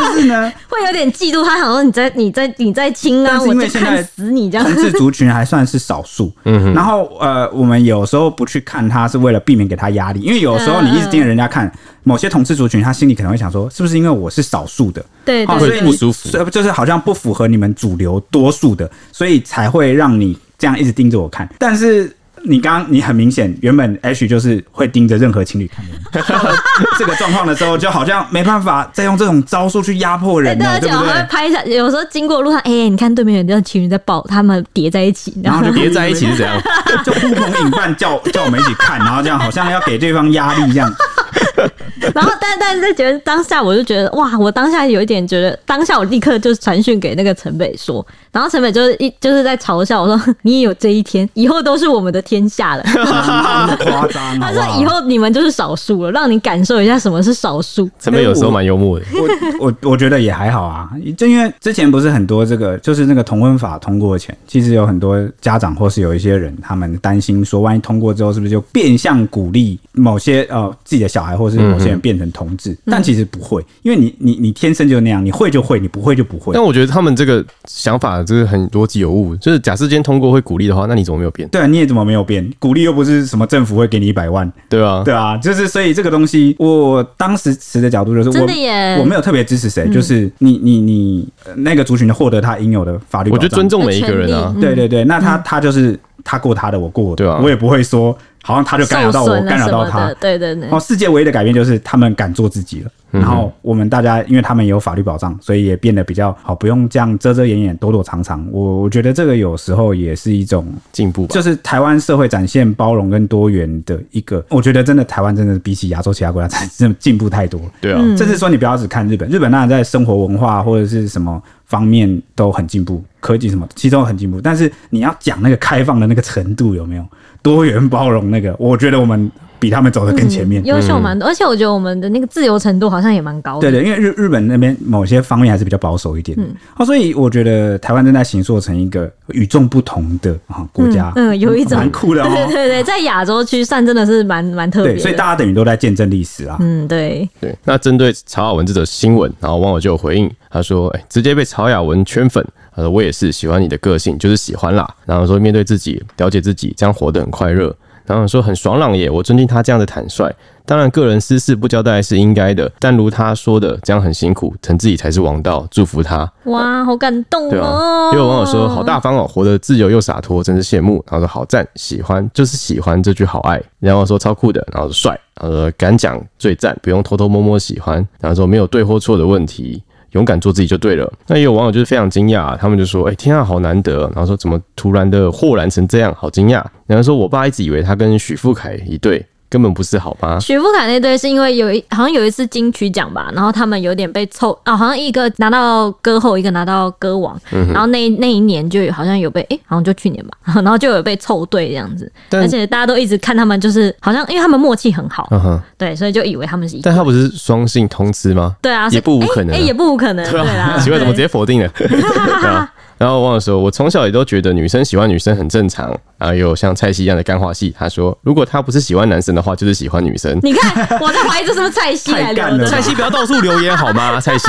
[SPEAKER 1] 但是呢，
[SPEAKER 2] 会有点嫉妒他，想说你在你在你在亲啊，
[SPEAKER 1] 但是
[SPEAKER 2] 我
[SPEAKER 1] 因为
[SPEAKER 2] 就
[SPEAKER 1] 现在
[SPEAKER 2] 看死你这样
[SPEAKER 1] 同。志族群还算是少数，嗯，然后呃，我们有时候不去看他是为了避免给他压力，因为有时候
[SPEAKER 2] 嗯
[SPEAKER 1] 你一直盯着人家看，某些同志族群他心里可能会想说，是不是因为我是少数的，
[SPEAKER 2] 对
[SPEAKER 1] 哦
[SPEAKER 2] 对
[SPEAKER 3] 会
[SPEAKER 1] 所以
[SPEAKER 3] 不
[SPEAKER 1] 你
[SPEAKER 3] 舒服
[SPEAKER 1] 所以就是好像不符合你们主流多数的，所以才会让你这样一直盯着我看，但是。你刚刚你很明显，原本 H 就是会盯着任何情侣看的人，到 了这个状况的时候，就好像没办法再用这种招数去压迫人
[SPEAKER 2] 哎对，
[SPEAKER 1] 了，
[SPEAKER 2] 而且
[SPEAKER 1] 对
[SPEAKER 2] 我
[SPEAKER 1] 不
[SPEAKER 2] 还会
[SPEAKER 1] 对？
[SPEAKER 2] 拍一下，有时候经过路上，哎、你看对面有那情侣在抱，他们叠在一起，
[SPEAKER 1] 然
[SPEAKER 2] 然后
[SPEAKER 1] 后就
[SPEAKER 3] 叠在一起是怎样？
[SPEAKER 1] 就呼朋引伴叫 叫我们一起看，然后这样好像要给对方压力一 样。
[SPEAKER 2] 然后但但是觉得当下我就觉得哇，我当下有一点觉得，当下我立刻就传讯给那个陈北说，然后陈北就是一就是在嘲笑我说 你也有这一天，以后都是我们的天下 了。
[SPEAKER 1] 那么夸张，
[SPEAKER 2] 他
[SPEAKER 1] 好不
[SPEAKER 2] 说
[SPEAKER 1] 好？
[SPEAKER 2] 以后你们就是少数了，让你感受一下什么是少数。
[SPEAKER 3] 陈北有时候蛮幽默的，
[SPEAKER 1] 我我我觉得也还好啊，就因为之前不是很多这个，就是那个同婚法通过前，其实有很多家长或是有一些人，他们担心说，万一通过之后，是不是就变相鼓励某些呃自己的小孩或是某些人变成同
[SPEAKER 2] 嗯
[SPEAKER 1] 志？但其实不会，因为你你你天生就那样，你会就会，你不会就不会
[SPEAKER 3] 但。我觉得他们这个想法就是很逻辑有误。就是假设今天通过会鼓励的话，那你怎么没有变？
[SPEAKER 1] 对啊，你也怎么没有变？鼓励又不是什么政府会给你一百万，
[SPEAKER 3] 对啊，
[SPEAKER 1] 对啊，就是所以这个东西，我当时持的角度就是
[SPEAKER 2] 真
[SPEAKER 1] 我
[SPEAKER 2] 的耶嗯
[SPEAKER 1] 我没有特别支持谁，就是你你你呃那个族群获得他应有的法律保
[SPEAKER 3] 我
[SPEAKER 1] 障，
[SPEAKER 3] 觉得尊重每一个人啊
[SPEAKER 2] 嗯。
[SPEAKER 1] 对对对，那他他就是他过他的，我过我的，
[SPEAKER 3] 对啊
[SPEAKER 1] 我也不会说好像他就干扰
[SPEAKER 2] 受
[SPEAKER 1] 到我，
[SPEAKER 2] 损
[SPEAKER 1] 干扰
[SPEAKER 2] 了什
[SPEAKER 1] 到
[SPEAKER 2] 么
[SPEAKER 1] 他
[SPEAKER 2] 的，。对对对
[SPEAKER 1] 哦，，世界唯一的改变就是他们敢做自己了。
[SPEAKER 3] 嗯
[SPEAKER 1] 然后我们大家，因为他们也有法律保障，所以也变得比较好，不用这样遮遮掩掩、躲躲藏藏。我我觉得这个有时候也是一种，
[SPEAKER 3] 进步吧
[SPEAKER 1] 就。是台湾社会展现包容跟多元的一个。我觉得真的台湾真的比起亚洲其他国家，真的进步太多了。
[SPEAKER 3] 对啊，
[SPEAKER 2] 嗯
[SPEAKER 1] 甚至说你不要只看日本，日本当然在生活文化或者是什么方面都很进步，科技什么其实都很进步，但是你要讲那个开放的那个程度有没有多元包容那个，我觉得我们比他们走得更前面。
[SPEAKER 2] 优秀蛮多，而且我觉得我们的那个自由程度好像也蛮高的。
[SPEAKER 1] 对对，因为日日本那边某些方面还是比较保守一点，
[SPEAKER 2] 嗯
[SPEAKER 1] 哦，所以我觉得台湾正在形塑成一个与众不同的啊国家，
[SPEAKER 2] 嗯嗯有一种
[SPEAKER 1] 蛮酷的哦。
[SPEAKER 2] 对对对，在亚洲区算真的是蛮蛮特别
[SPEAKER 1] 对，
[SPEAKER 2] 的。
[SPEAKER 1] 所以大家等于都在见证历史啊啦。
[SPEAKER 2] 嗯，对，
[SPEAKER 3] 对，那针对曹雅文这则新闻，然后网友就有回应，他说：“哎、直接被曹雅文圈粉。”他说：“我也是喜欢你的个性，就是喜欢啦。”然后说：“面对自己，了解自己，这样活得很快乐。”然后说：“很爽朗耶，我尊敬他这样的坦率。当然，个人私事不交代是应该的，但如他说的，这样很辛苦，疼自己才是王道。祝福他。”
[SPEAKER 2] 哇，好感动
[SPEAKER 3] 对
[SPEAKER 2] 哦
[SPEAKER 3] 啊，！也有网友说好大方哦，活得自由又洒脱，真是羡慕。然后说好赞，喜欢就是喜欢这句好爱。然后说超酷的，然后说帅，然后说敢讲最赞，不用偷偷摸摸喜欢。然后说没有对或错的问题。勇敢做自己就对了。那也有网友就是非常惊讶，他们就说：“哎、天啊，好难得！”然后说怎么突然的豁然成这样，好惊讶。然后说我爸一直以为他跟许富凯一对，根本不是好吗？
[SPEAKER 2] 许富凯那对是因为有一好像有一次金曲奖吧，然后他们有点被凑啊、好像一个拿到歌后，一个拿到歌王，
[SPEAKER 3] 嗯
[SPEAKER 2] 然后那那一年就好像有被诶，好像就去年吧， 然后就有被凑对这样子，
[SPEAKER 3] 但
[SPEAKER 2] 而且大家都一直看他们，就是好像因为他们默契很好，
[SPEAKER 3] 嗯哼，
[SPEAKER 2] 对，所以就以为他们是一
[SPEAKER 3] 但他不是双性通吃吗？
[SPEAKER 2] 对啊，
[SPEAKER 3] 也不无可能啊
[SPEAKER 2] 哎、诶也不无可能，对
[SPEAKER 3] 对啊，
[SPEAKER 2] 啦，
[SPEAKER 3] 奇怪怎么直
[SPEAKER 2] 对
[SPEAKER 3] 接否定 了？对啊然后忘了说，我从小也都觉得女生喜欢女生很正常。然后有像蔡西一样的干话系，他说如果他不是喜欢男生的话，就是喜欢女生。
[SPEAKER 2] 你看， 我在怀疑这是不是蔡西来
[SPEAKER 1] 太干
[SPEAKER 2] 留的
[SPEAKER 1] 了。
[SPEAKER 3] 蔡西不要到处留言好 吗？蔡西。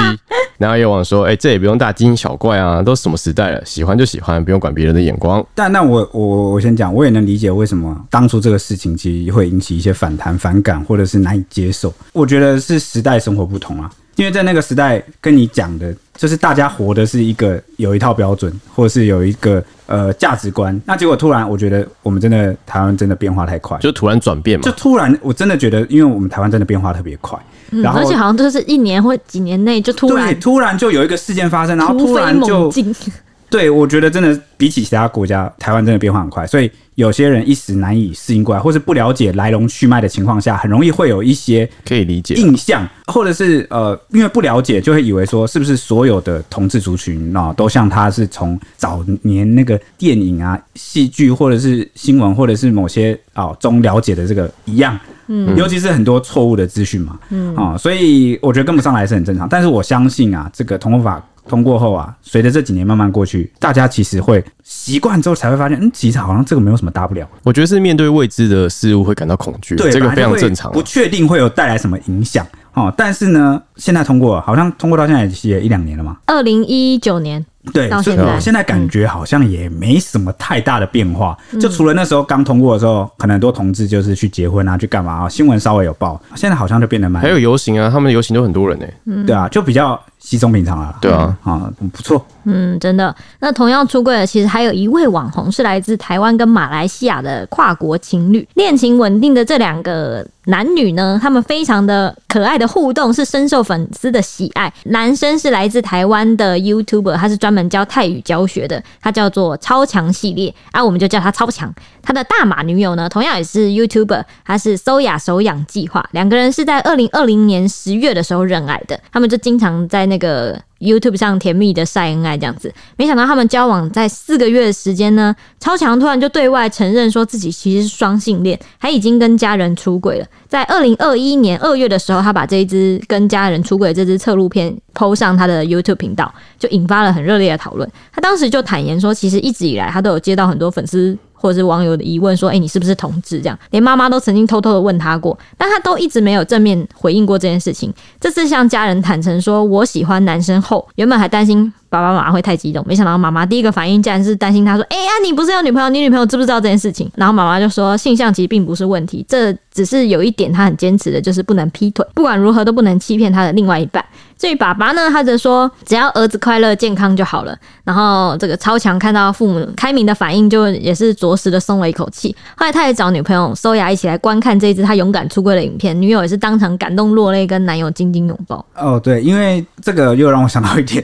[SPEAKER 3] 然后也有网友说，哎、这也不用大惊小怪啊，都什么时代了，喜欢就喜欢，不用管别人的眼光。
[SPEAKER 1] 但那我我我先讲，我也能理解为什么当初这个事情其实会引起一些反弹、反感，或者是难以接受。我觉得是时代生活不同啊，因为在那个时代跟你讲的，就是大家活的是一个有一套标准，或者是有一个呃价值观。那结果突然，我觉得我们真的台湾真的变化太快，就
[SPEAKER 3] 就突然转变嘛
[SPEAKER 1] 就，突然我真的觉得，因为我们台湾真的变化特别快，
[SPEAKER 2] 嗯
[SPEAKER 1] 然后
[SPEAKER 2] 而且好像就是一年或几年内就突
[SPEAKER 1] 对
[SPEAKER 2] 然
[SPEAKER 1] 突然就有一个事件发生，然后
[SPEAKER 2] 突
[SPEAKER 1] 突
[SPEAKER 2] 飞
[SPEAKER 1] 然
[SPEAKER 2] 猛
[SPEAKER 1] 就
[SPEAKER 2] 进，
[SPEAKER 1] 对，我觉得真的比起其他国家，台湾真的变化很快，所以有些人一时难以适应过来，或是不了解来龙去脉的情况下，很容易会有一些
[SPEAKER 3] 可以理解。
[SPEAKER 1] 印象，或者是呃，因为不了解，就会以为说是不是所有的同志族群啊、都像他是从早年那个电影啊、戏剧或者是新闻或者是某些啊、中了解的这个一样。嗯，尤其是很多错误的资讯嘛，嗯啊、所以我觉得跟不上来是很正常。但是我相信啊，这个同婚法通过后啊，随着这几年慢慢过去，大家其实会习惯之后才会发现，嗯，其实好像这个没有什么大不了。
[SPEAKER 3] 我觉得是面对未知的事物会感到恐惧，
[SPEAKER 1] 对，
[SPEAKER 3] 这个
[SPEAKER 1] 本来
[SPEAKER 3] 非
[SPEAKER 1] 就
[SPEAKER 3] 常
[SPEAKER 1] 会
[SPEAKER 3] 正常啊、
[SPEAKER 1] 不确定会有带来什么影响。哦，但是呢，现在通过了好像通过到现在也一两年了嘛，
[SPEAKER 2] 二零一九年，
[SPEAKER 1] 对，
[SPEAKER 2] 到
[SPEAKER 1] 所以
[SPEAKER 2] 现
[SPEAKER 1] 我
[SPEAKER 2] 在嗯
[SPEAKER 1] 现在感觉好像也没什么太大的变化，就除了那时候刚通过的时候，可能很多同志就是去结婚啊，去干嘛啊，新闻稍微有报，现在好像就变得蛮
[SPEAKER 3] 还，有游行啊，他们的游行都很多人呢、欸
[SPEAKER 1] 对啊，就比较稀松平常了啦，
[SPEAKER 3] 对啊，
[SPEAKER 1] 啊，不错，
[SPEAKER 2] 嗯，真的。那同样出柜的，其实还有一位网红是来自台湾跟马来西亚的跨国情侣，恋情稳定的这两个男女呢，他们非常的可爱的互动是深受粉丝的喜爱。男生是来自台湾的 YouTuber，他是专门教泰语教学的，他叫做超强系列啊，我们就叫他超强。他的大马女友呢，同样也是 YouTuber，她是搜雅手养计划，两个人是在二零二零年十月的时候认爱的，他们就经常在那个 YouTube 上甜蜜的晒恩爱这样子。没想到他们交往在四个月的时间呢，超强突然就对外承认说自己其实是双性恋，还已经跟家人出轨了。在二零二一年二月的时候，他把这一支跟家人出轨的这支侧录片 PO 上他的 YouTube 频道，就引发了很热烈的讨论。他当时就坦言说，其实一直以来他都有接到很多粉丝或者是网友的疑问，说：“哎、你是不是同志？”这样，连妈妈都曾经偷偷的问他过，但他都一直没有正面回应过这件事情。这次向家人坦诚说我喜欢男生后，原本还担心爸爸妈妈会太激动，没想到妈妈第一个反应竟然是担心他说：“哎、呀、你不是有女朋友？你女朋友知不知道这件事情？”然后妈妈就说：“性向其实并不是问题，这只是有一点他很坚持的，就是不能劈腿，不管如何都不能欺骗他的另外一半。”至于爸爸呢，他则说只要儿子快乐健康就好了。然后这个超强看到父母开明的反应，就也是着实的松了一口气。后来他也找女朋友搜雅一起来观看这一支他勇敢出柜的影片，女友也是当场感动落泪，跟男友紧紧拥抱。
[SPEAKER 1] 哦，对，因为这个又让我想到一点，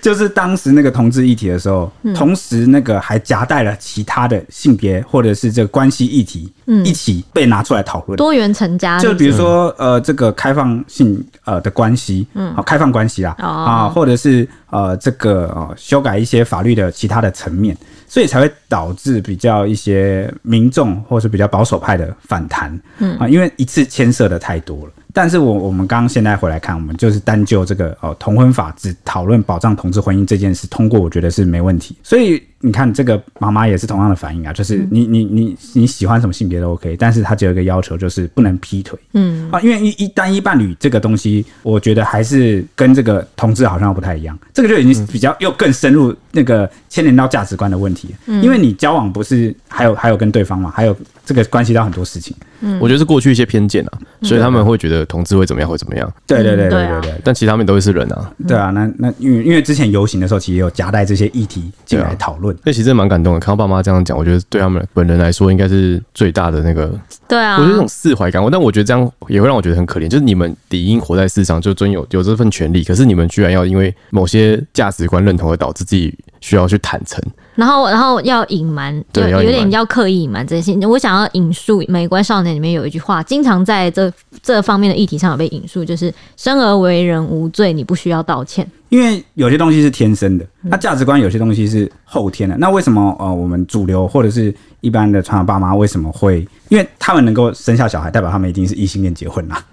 [SPEAKER 1] 就是当时那个同志议题的时候，同时那个还夹带了其他的性别或者是这个关系议题，一起被拿出来讨论。
[SPEAKER 2] 多元成家，
[SPEAKER 1] 就比如说，呃，这个开放性呃的关系，嗯，好，开放关系啦，
[SPEAKER 2] 哦
[SPEAKER 1] 啊，或者是呃这个呃修改一些法律的其他的层面，所以才会导致比较一些民众或是比较保守派的反弹，嗯啊，因为一次牵涉的太多了。但是我我们刚刚现在回来看，我们就是单就这个呃同婚法只讨论保障同志婚姻这件事通过，我觉得是没问题。所以你看，这个妈妈也是同样的反应啊，就是你你你你喜欢什么性别都 OK，但是她只有一个要求，就是不能劈腿。嗯啊，因为一一单一伴侣这个东西，我觉得还是跟这个同志好像不太一样。这个就已经比较又更深入那个牵连到价值观的问题，
[SPEAKER 2] 嗯
[SPEAKER 1] 因为你交往不是还有还有跟对方嘛，还有这个关系到很多事情。
[SPEAKER 2] 嗯
[SPEAKER 3] 我觉得是过去一些偏见啊，所以他们会觉得同志会怎么样会怎么样，
[SPEAKER 1] 对对对
[SPEAKER 2] 嗯对
[SPEAKER 1] 对
[SPEAKER 2] 啊
[SPEAKER 1] 对对。
[SPEAKER 3] 但其实他们都是人啊，
[SPEAKER 1] 对啊，那那因为因为之前游行的时候，其实也有夹带这些议题进来讨论。
[SPEAKER 3] 所以其实真的蛮感动的。看到爸妈这样讲，我觉得对他们本人来说应该是最大的那个，
[SPEAKER 2] 对啊，
[SPEAKER 3] 我觉得这种释怀感。但我觉得这样也会让我觉得很可怜，就是你们理应活在世上，就尊有有这份权利，可是你们居然要因为某些价值观认同而导致自己需要去坦诚。
[SPEAKER 2] 然后然后要隐瞒，
[SPEAKER 3] 对
[SPEAKER 2] 有
[SPEAKER 3] 要隐
[SPEAKER 2] 有
[SPEAKER 3] 瞒
[SPEAKER 2] 点要刻意隐瞒这些事情。我想要引述《美国少年》里面有一句话，经常在这这方面的议题上有被引述，就是“生而为人无罪，你不需要道歉。
[SPEAKER 1] 因为有些东西是天生的，那价值观有些东西是后天的。那为什么呃，我们主流或者是一般的传统爸妈为什么会？因为他们能够生下小孩，代表他们一定是异性恋结婚啦。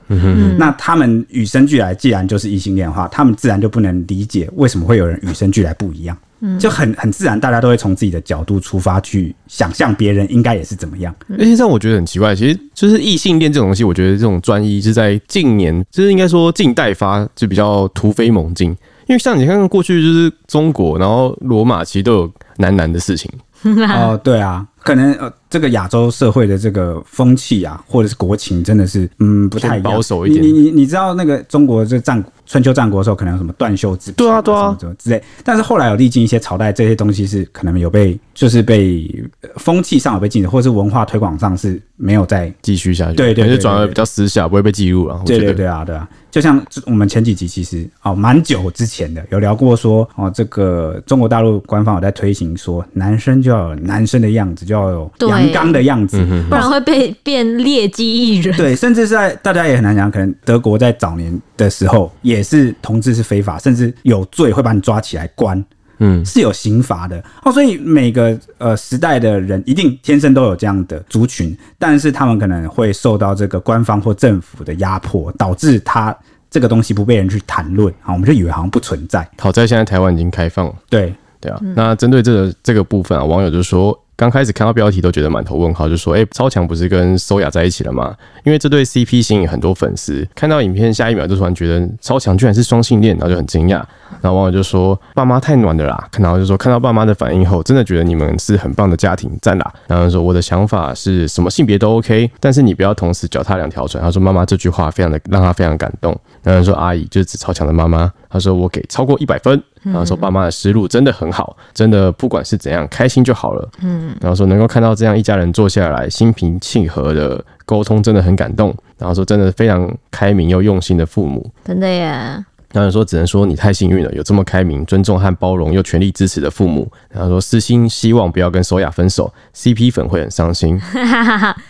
[SPEAKER 1] 那他们与生俱来，既然就是异性恋的话，他们自然就不能理解为什么会有人与生俱来不一样。就很很自然，大家都会从自己的角度出发去想象别人应该也是怎么样。
[SPEAKER 3] 而且让我觉得很奇怪，其实就是异性恋这种东西，我觉得这种专一是在近年，就是应该说近代发就比较突飞猛进。因为像你看过去就是中国，然后罗马其实都有男男的事情，
[SPEAKER 1] 哦，对啊，可能呃，这个亚洲社会的这个风气啊，或者是国情，真的是嗯不太一样
[SPEAKER 3] 偏保守一点
[SPEAKER 1] 你你你你知道那个中国这战春秋战国的时候，可能有什么断袖之癖
[SPEAKER 3] 对啊对啊
[SPEAKER 1] 什么什么之类，但是后来有历经一些朝代，这些东西是可能有被就是被呃风气上有被禁止，或者是文化推广上是没有在。
[SPEAKER 3] 继续下去，
[SPEAKER 1] 对对对
[SPEAKER 3] 可能就转而比较私下，不会被记录了。我觉
[SPEAKER 1] 对
[SPEAKER 3] 得
[SPEAKER 1] 对对啊，对啊，就像我们前几集其实哦，蛮久之前的有聊过说哦，这个中国大陆官方有在推行说，男生就要有男生的样子，就要有
[SPEAKER 2] 对
[SPEAKER 1] 阳刚的样
[SPEAKER 3] 嗯
[SPEAKER 1] 子，
[SPEAKER 2] 不然会被变劣迹艺 人。
[SPEAKER 1] 对，甚至是在大家也很难讲，可能德国在早年的时候也是同志是非法，甚至有罪会把你抓起来关，
[SPEAKER 3] 嗯，
[SPEAKER 1] 是有刑罚的哦。所以每个呃时代的人一定天生都有这样的族群，但是他们可能会受到这个官方或政府的压迫，导致他这个东西不被人去谈论啊，我们就以为好像不存在。
[SPEAKER 3] 好在现在台湾已经开放了。
[SPEAKER 1] 对，
[SPEAKER 3] 对啊，那针对这个这个部分啊，网友就说。刚开始看到标题都觉得满头问号，就说：“哎、超强不是跟收雅在一起了吗？”因为这对 CP 吸引很多粉丝，看到影片下一秒就突然觉得超强居然是双性恋，然后就很惊讶。然后网友就说：“爸妈太暖了啦！”然后就说看到爸妈的反应后，真的觉得你们是很棒的家庭，赞啦！然后就说我的想法是什么性别都 OK，但是你不要同时脚踏两条船。他说妈妈这句话非常的让他非常感动。然后就说阿姨就是指超强的妈妈，他说我给超过一百分。然后说爸妈的思路真的很好，真的不管是怎样开心就好了。嗯，然后说能够看到这样一家人坐下来心平气和的沟通，真的很感动。然后说真的非常开明又用心的父母，
[SPEAKER 2] 真的耶，
[SPEAKER 3] 然后说只能说你太幸运了，有这么开明、尊重和包容又全力支持的父母。然后说私心希望不要跟索雅分手，CP 粉会很伤心。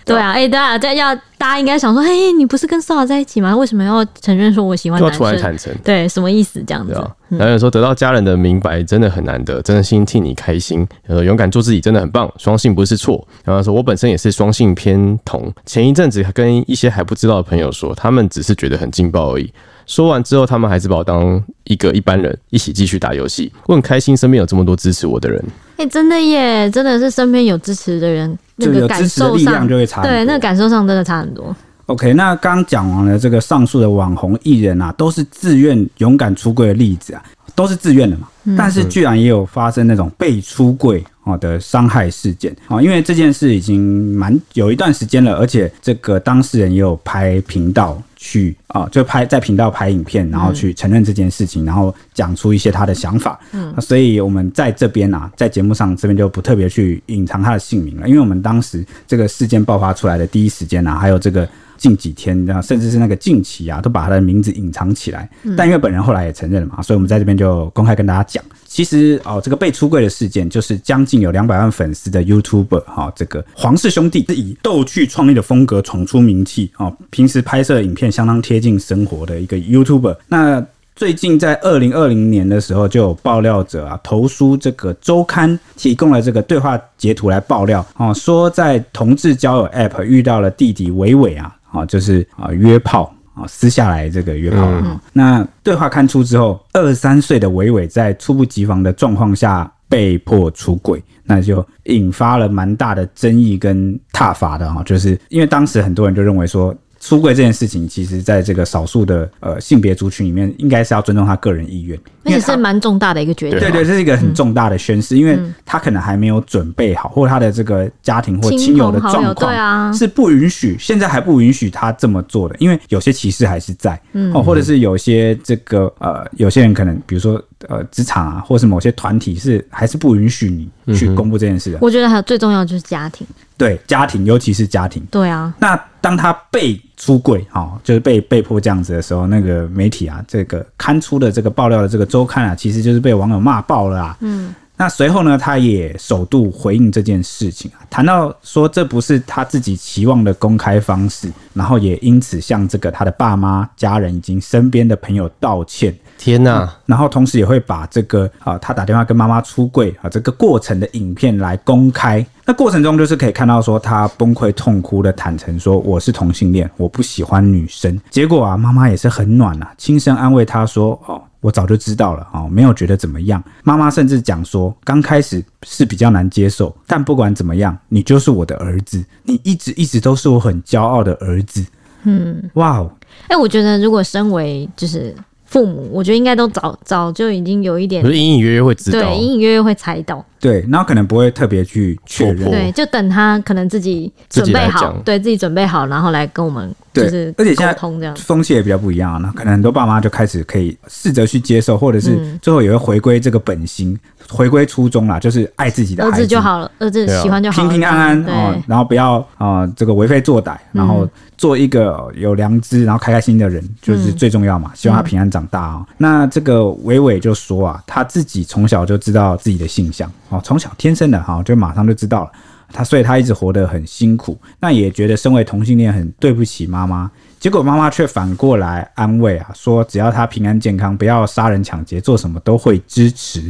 [SPEAKER 2] 对啊，哎、对啊，这要大家应该想说，嘿，你不是跟骚扰在一起吗？为什么要承认说我喜欢
[SPEAKER 3] 就要
[SPEAKER 2] 男
[SPEAKER 3] 突然
[SPEAKER 2] 生？
[SPEAKER 3] 坦诚，
[SPEAKER 2] 对，什么意思？这样
[SPEAKER 3] 对
[SPEAKER 2] 子，
[SPEAKER 3] 啊。然后有说得到家人的明白真的很难得，真的心替你开心。呃，勇敢做自己真的很棒，双性不是错。然后说我本身也是双性偏同，前一阵子跟一些还不知道的朋友说，他们只是觉得很劲爆而已。说完之后，他们还是把我当一个一般人，一起继续打游戏。我很开心，身边有这么多支持我的人。
[SPEAKER 2] 哎、真的耶，真的是身边有支持的人，那
[SPEAKER 1] 就有支
[SPEAKER 2] 个感
[SPEAKER 1] 持的
[SPEAKER 2] 受
[SPEAKER 1] 力
[SPEAKER 2] 上
[SPEAKER 1] 量，就会差很多。
[SPEAKER 2] 对，那个感受上真的差很多。
[SPEAKER 1] OK，那刚讲完了这个上述的网红艺人啊，都是自愿勇敢出柜的例子啊，都是自愿的嘛。但是居然也有发生那种被出柜哦的伤害事件哦，因为这件事已经蛮有一段时间了，而且这个当事人也有拍频道去啊、就拍在频道拍影片，然后去承认这件事情，然后讲出一些他的想法。嗯，所以我们在这边啊，在节目上这边就不特别去隐藏他的姓名了，因为我们当时这个事件爆发出来的第一时间啊，还有这个。近几天，啊，甚至是那个近期啊，都把他的名字隐藏起来。但因为本人后来也承认了嘛，所以我们在这边就公开跟大家讲，其实哦，这个被出柜的事件，就是将近有两百万粉丝的 YouTuber 哈、这个黄氏兄弟是以逗趣创意的风格闯出名气哦，平时拍摄影片相当贴近生活的一个 YouTuber。那最近在二零二零年的时候，就有爆料者啊投书这个周刊，提供了这个对话截图来爆料哦，说在同志交友 App 遇到了弟弟伟伟啊，哦，就是啊约炮。啊，私下来这个约炮、啊。那对话刊出之后，二十三岁的伟伟在猝不及防的状况下被迫出轨，那就引发了蛮大的争议跟挞伐的哈、哦就是因为当时很多人就认为说，出柜这件事情，其实在这个少数的呃性别族群里面，应该是要尊重他个人意愿，
[SPEAKER 2] 而
[SPEAKER 1] 因为
[SPEAKER 2] 且
[SPEAKER 1] 他
[SPEAKER 2] 是蛮嗯重大的一个决定，啊
[SPEAKER 1] 对对，这是一个很重大的宣示，因为他可能还没有准备好，或他的这个家庭或亲
[SPEAKER 2] 亲
[SPEAKER 1] 友
[SPEAKER 2] 朋
[SPEAKER 1] 的
[SPEAKER 2] 好友
[SPEAKER 1] 状
[SPEAKER 2] 对
[SPEAKER 1] 况。
[SPEAKER 2] 啊，
[SPEAKER 1] 是不允许，现在还不允许他这么做的，因为有些歧视还是在，
[SPEAKER 2] 嗯
[SPEAKER 1] 哦，或者是有些这个呃，有些人可能比如说呃，职场啊，或是某些团体是还是不允许你去公布这件事的，
[SPEAKER 2] 我觉得还有最重要的就是家庭，
[SPEAKER 1] 对家庭，尤其是家庭，
[SPEAKER 2] 对啊，
[SPEAKER 1] 那当他被出柜，哦，就是被被迫这样子的时候，那个媒体啊，这个刊出的这个爆料的这个周刊啊，其实就是被网友骂爆了啊。嗯。那随后呢，他也首度回应这件事情啊，谈到说这不是他自己期望的公开方式，然后也因此向这个他的爸妈、家人以及身边的朋友道歉。
[SPEAKER 3] 天哪、
[SPEAKER 1] 然后同时也会把这个啊、呃他打电话跟妈妈出柜啊、这个过程的影片来公开。那过程中就是可以看到说啊他崩溃痛哭的坦诚说我是同性恋，我不喜欢女生。结果啊，妈妈也是很暖啊，轻声安慰他说哦。我早就知道了哦，没有觉得怎么样。妈妈甚至讲说，刚开始是比较难接受，但不管怎么样，你就是我的儿子，你一直一直都是我很骄傲的儿子。嗯，哇哦，
[SPEAKER 2] 哎、我觉得如果身为就是父母，我觉得应该都早早就已经有一点
[SPEAKER 3] 我就隐隐约约会知道
[SPEAKER 2] 对，隐隐约约会猜到，
[SPEAKER 1] 对，然后可能不会特别去确认
[SPEAKER 3] 戳，破
[SPEAKER 2] 对，就等他可能自己
[SPEAKER 3] 自
[SPEAKER 2] 准
[SPEAKER 3] 己
[SPEAKER 2] 备
[SPEAKER 3] 来
[SPEAKER 2] 好，
[SPEAKER 3] 讲
[SPEAKER 2] 对自己准备好，然后来跟我们
[SPEAKER 1] 对
[SPEAKER 2] 就是
[SPEAKER 1] 而且现在
[SPEAKER 2] 沟通这样。
[SPEAKER 1] 风气也比较不一样啊，那可能很多爸妈就开始可以试着去接受，或者
[SPEAKER 2] 嗯
[SPEAKER 1] 是最后也会回归这个本心，回归初衷啦，就是爱自己的
[SPEAKER 2] 儿
[SPEAKER 1] 孩
[SPEAKER 2] 子就，好了，儿子
[SPEAKER 3] 对啊
[SPEAKER 2] 喜欢就好
[SPEAKER 1] 平
[SPEAKER 2] 了，
[SPEAKER 1] 平安安
[SPEAKER 2] 这样
[SPEAKER 1] 哦，然后不要啊、呃这个为非作歹，然
[SPEAKER 2] 嗯
[SPEAKER 1] 后做一个有良知，然后开开心心的人，就是
[SPEAKER 2] 嗯
[SPEAKER 1] 最重要嘛。希望他平安长大啊、哦。那这个伟伟就说啊，他自己从小就知道自己的性向哦，从小天生的哈、就马上就知道了。他所以他一直活得很辛苦，那也觉得身为同性恋很对不起妈妈。结果妈妈却反过来安慰啊，说只要他平安健康，不要杀人抢劫，做什么都会支持。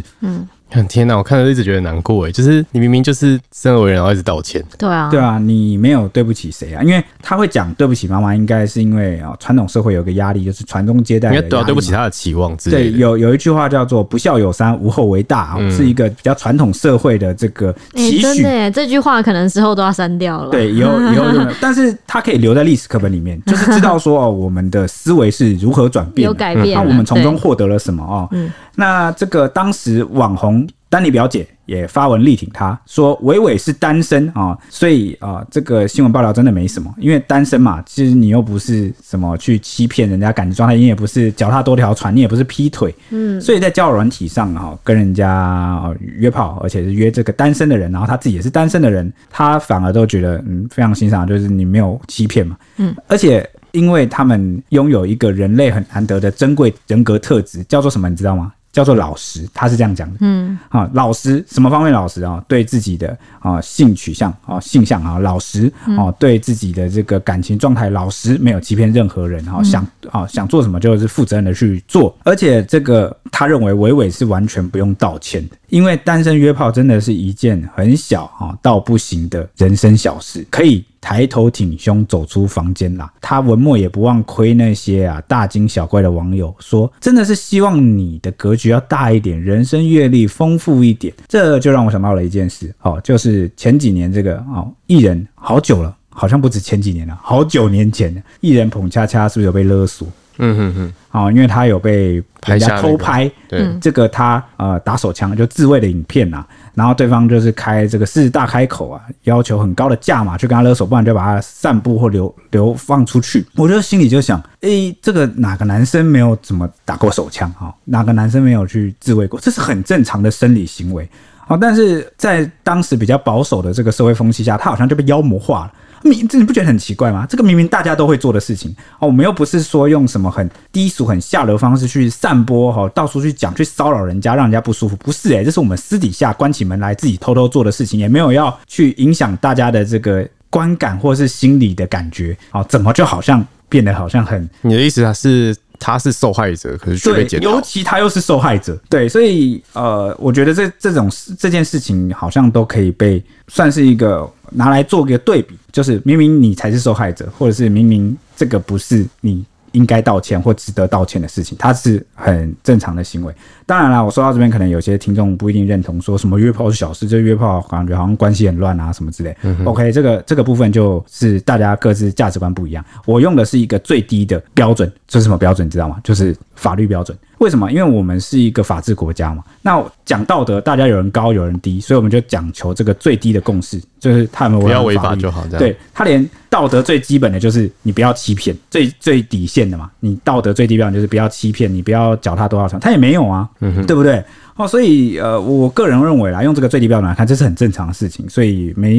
[SPEAKER 3] 看天哪，我看了一直觉得难过哎，就是你明明就是生而为人，然后一直道歉，
[SPEAKER 2] 对啊，
[SPEAKER 1] 对啊，你没有对不起谁啊？因为他会讲对不起妈妈，应该是因为啊、哦传统社会有个压力，就是传宗接代
[SPEAKER 3] 应
[SPEAKER 1] 的压力
[SPEAKER 3] 该
[SPEAKER 1] 嘛。
[SPEAKER 3] 对啊，对不起他的期望之类
[SPEAKER 1] 对，
[SPEAKER 3] 的。
[SPEAKER 1] 有有一句话叫做“不孝有三，无后为大”，
[SPEAKER 3] 嗯
[SPEAKER 1] 哦，是一个比较传统社会的这个
[SPEAKER 2] 哎、
[SPEAKER 1] 期
[SPEAKER 2] 真
[SPEAKER 1] 许
[SPEAKER 2] 的。耶，这句话可能之后都要删掉了。
[SPEAKER 1] 对，以后以后就 没有，但是它可以留在历史课本里面，就是知道说、哦、我们的思维是如何转变
[SPEAKER 2] 有
[SPEAKER 1] 的，
[SPEAKER 2] 改变
[SPEAKER 1] 那
[SPEAKER 2] 了。
[SPEAKER 1] 嗯我们从中
[SPEAKER 2] 对
[SPEAKER 1] 获得了什么哦？
[SPEAKER 2] 嗯
[SPEAKER 1] 那这个当时网红丹尼表姐也发文力挺他，说伟伟是单身啊、所以啊、这个新闻报道真的没什么，因为单身嘛，其实你又不是什么去欺骗人家感情状态，你也不是脚踏多条船，你也不是劈腿，
[SPEAKER 2] 嗯，
[SPEAKER 1] 所以在交友软体上哈、跟人家、呃约炮，而且是约这个单身的人，然后他自己也是单身的人，他反而都觉得嗯非常欣赏，就是你没有欺骗嘛，
[SPEAKER 2] 嗯，
[SPEAKER 1] 而且因为他们拥有一个人类很难得的珍贵人格特质，叫做什么你知道吗？叫做老实，他是这样讲的。
[SPEAKER 2] 嗯，
[SPEAKER 1] 啊，老实什么方面老实啊？对自己的啊性取向啊性向啊老实啊，对自己的这个感情状态老实，没有欺骗任何人啊，想啊想做什么就是负责任的去做，而且这个他认为伟伟是完全不用道歉的，因为单身约炮真的是一件很小啊到不行的人生小事，可以。抬头挺胸走出房间啦。他文末也不忘亏那些啊大惊小怪的网友，说真的是希望你的格局要大一点，人生阅历丰富一点。这就让我想到了一件事，哦，就是前几年这个哦艺人好久了。好像不止前几年了，好九年前了。艺人彭恰恰是不是有被勒索
[SPEAKER 3] 嗯哼哼，
[SPEAKER 1] 啊、哦因为他有被
[SPEAKER 3] 拍
[SPEAKER 1] 人
[SPEAKER 3] 下
[SPEAKER 1] 家
[SPEAKER 3] 那
[SPEAKER 1] 偷
[SPEAKER 3] 个
[SPEAKER 1] 拍，
[SPEAKER 3] 对，
[SPEAKER 1] 这个他呃打手枪就自卫的影片呐、然后对方就是开这个狮子大开口啊，要求很高的价码去跟他勒索，不然就把他散布或流流放出去。我就心里就想，诶、这个哪个男生没有怎么打过手枪啊、哪个男生没有去自卫过？这是很正常的生理行为。好、哦但是在当时比较保守的这个社会风气下，他好像就被妖魔化了。明，这你不觉得很奇怪吗？这个明明大家都会做的事情哦，我们又不是说用什么很低俗、很下流的方式去散播哈、哦，到处去讲、去骚扰人家，让人家不舒服，不是诶、欸这是我们私底下关起门来自己偷偷做的事情，也没有要去影响大家的这个观感或是心理的感觉哦，怎么就好像变得好像很
[SPEAKER 3] 你的意思是他是受害者，可是却被
[SPEAKER 1] 对
[SPEAKER 3] 检，讨
[SPEAKER 1] 尤。其他又是受害者，对，所以呃，我觉得这这种事这件事情好像都可以被算是一个拿来做个对比，就是明明你才是受害者，或者是明明这个不是你应该道歉或值得道歉的事情，它是很正常的行为。当然啦，我说到这边，可能有些听众不一定认同，说什么约炮是小事，就约炮感觉好像关系很乱啊什么之类。OK，这个这个部分就是大家各自价值观不一样。我用的是一个最低的标准，这是什么标准？你知道吗？就是法律标准。为什么？因为我们是一个法治国家嘛。那讲道德，大家有人高有人低，所以我们就讲求这个最低的共识，就是他们
[SPEAKER 3] 不要
[SPEAKER 1] 违
[SPEAKER 3] 违
[SPEAKER 1] 反法
[SPEAKER 3] 法
[SPEAKER 1] 律
[SPEAKER 3] 就好，这样
[SPEAKER 1] 对他连道德最基本的就是你不要欺骗，最最底线的嘛，你道德最低标准就是不要欺骗，你不要脚踏多少船，他也没有啊，对不对？哦，所以呃，我个人认为啦，用这个最低标准来看，这是很正常的事情，所以没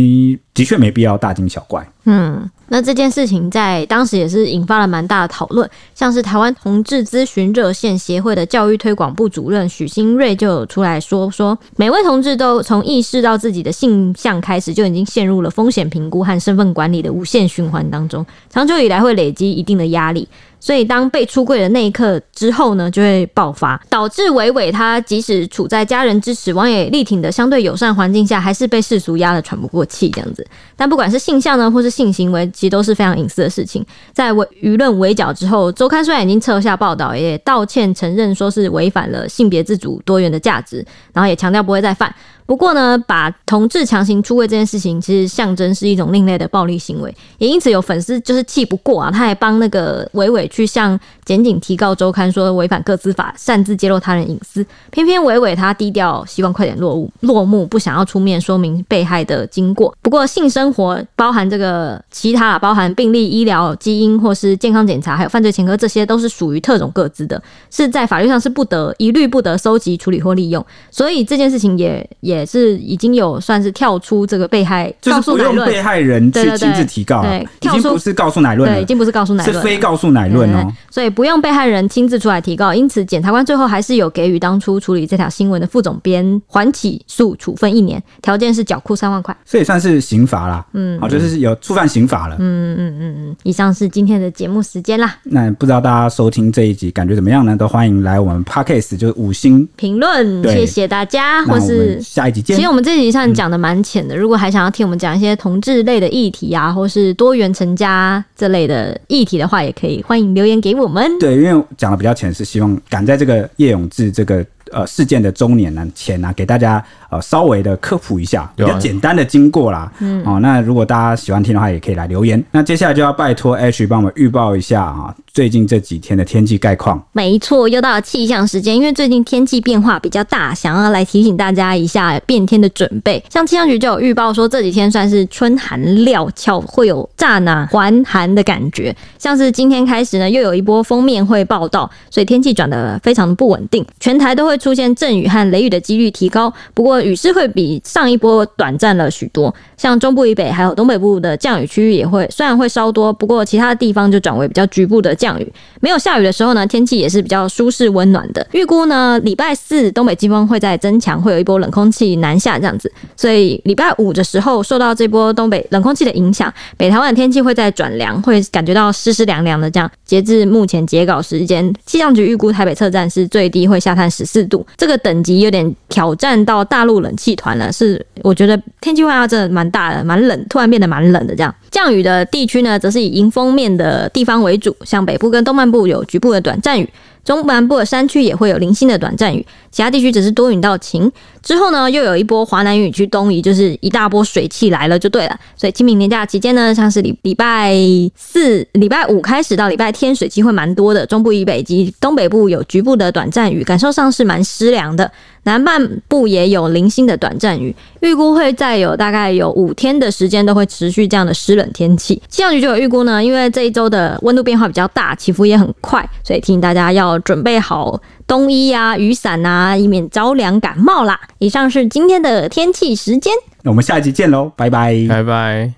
[SPEAKER 1] 的确没必要大惊小怪。
[SPEAKER 2] 嗯，那这件事情在当时也是引发了蛮大的讨论，像是台湾同志咨询热线协会的教育推广部主任许新瑞就有出来说，说每位同志都从意识到自己的性向开始，就已经陷入了风险评估和身份管理的无限循环当中，长久以来会累积一定的压力。所以，当被出柜的那一刻之后呢，就会爆发，导致伟伟他即使处在家人支持、网友力挺的相对友善环境下，还是被世俗压得喘不过气这样子。但不管是性向呢，或是性行为，其实都是非常隐私的事情。在围舆论围剿之后，周刊虽然已经撤下报道，也道歉承认说是违反了性别自主多元的价值，然后也强调不会再犯。不过呢，把同志强行出柜这件事情，其实象征是一种另类的暴力行为，也因此有粉丝就是气不过啊，他还帮那个伟伟去向检警提告周刊，说违反各自法，擅自揭露他人隐私。偏偏伟伟他低调，希望快点落幕，落幕不想要出面说明被害的经过。不过性生活包含这个其他啊，包含病例、医疗、基因或是健康检查，还有犯罪前科，这些都是属于特种各自的，是在法律上是不得一律不得收集、处理或利用。所以这件事情也也也是已经有算是跳出这个被害，
[SPEAKER 1] 就
[SPEAKER 2] 告
[SPEAKER 1] 是
[SPEAKER 2] 诉
[SPEAKER 1] 不
[SPEAKER 2] 乃
[SPEAKER 1] 用
[SPEAKER 2] 论
[SPEAKER 1] 被，害人
[SPEAKER 2] 对
[SPEAKER 1] 去
[SPEAKER 2] 对
[SPEAKER 1] 亲自
[SPEAKER 2] 对
[SPEAKER 1] 提告了
[SPEAKER 2] 对，
[SPEAKER 1] 已
[SPEAKER 2] 跳
[SPEAKER 1] 经
[SPEAKER 2] 出
[SPEAKER 1] 不是告诉乃论
[SPEAKER 2] 对，已
[SPEAKER 1] 了，
[SPEAKER 2] 经不是告诉乃
[SPEAKER 1] 是
[SPEAKER 2] 论了，
[SPEAKER 1] 非告诉乃论
[SPEAKER 2] 对
[SPEAKER 1] 哦
[SPEAKER 2] 对。对所以不用被害人亲自出来提告，因此检察官最后还是有给予当初处理这条新闻的副总编缓起诉处分一年，条件是缴库三万块。
[SPEAKER 1] 所以算是刑罚啦，嗯，好，就是有触犯刑法了。嗯，
[SPEAKER 2] 以上是今天的节目时间啦，
[SPEAKER 1] 那不知道大家收听这一集感觉怎么样呢？都欢迎来我们 podcast，就是五星，
[SPEAKER 2] 评论
[SPEAKER 1] 对
[SPEAKER 2] 谢谢大家，
[SPEAKER 1] 那
[SPEAKER 2] 或
[SPEAKER 1] 我们
[SPEAKER 2] 是。
[SPEAKER 1] 下一集见
[SPEAKER 2] 其实。我们这集算讲的蛮浅的，如果还想要听我们讲一些同志类的议题啊，或是多元成家这类的议题的话，也可以欢迎留言给我们。
[SPEAKER 1] 对，因为讲的比较浅，是希望赶在这个叶永志这个呃事件的周年呢前呢、给大家呃稍微的科普一下，比
[SPEAKER 3] 对啊
[SPEAKER 1] 较简单的经过啦。嗯，哦，那如果大家喜欢听的话，也可以来留言。那接下来就要拜托 H 帮我们预报一下啊，最近这几天的天气概况。
[SPEAKER 2] 没错，又到了气象时间，因为最近天气变化比较大，想要来提醒大家一下变天的准备。像气象局就有预报说，这几天算是春寒料峭，会有乍暖还寒的感觉。像是今天开始呢，又有一波封面会报道，所以天气转得非常的不稳定，全台都会出现阵雨和雷雨的几率提高。不过雨势会比上一波短暂了许多，像中部以北还有东北部的降雨区域也会虽然会稍多，不过其他的地方就转为比较局部的降雨。没有下雨的时候呢，天气也是比较舒适温暖的。预估呢，礼拜四东北季风会在增强，会有一波冷空气南下这样子，所以礼拜五的时候受到这波东北冷空气的影响，北台湾的天气会在转凉，会感觉到湿湿凉凉的这样。截至目前截稿时间，气象局预估台北车站是最低会下探十四度，这个等级有点挑战到大陆冷气团了，是我觉得天气变化真的蛮大的，蛮冷，突然变得蛮冷的这样。降雨的地区呢，则是以迎风面的地方为主，像北部跟东半部有局部的短暂雨。中南部的山区也会有零星的短暂雨，其他地区只是多云到晴。之后呢，又有一波华南雨区东移，就是一大波水汽来了就对了。所以清明年假期间呢，像是礼礼拜四、礼拜五开始到礼拜天，水汽会蛮多的。中部以北及东北部有局部的短暂雨，感受上是蛮湿凉的。南半部也有零星的短暂雨，预估会再有大概有五天的时间都会持续这样的湿冷天气。气象局就有预估呢，因为这一周的温度变化比较大，起伏也很快，所以提醒大家要准备好冬衣啊、雨伞啊，以免着凉感冒啦。以上是今天的天气时间。
[SPEAKER 1] 那我们下一集见喽，拜拜。
[SPEAKER 3] 拜拜。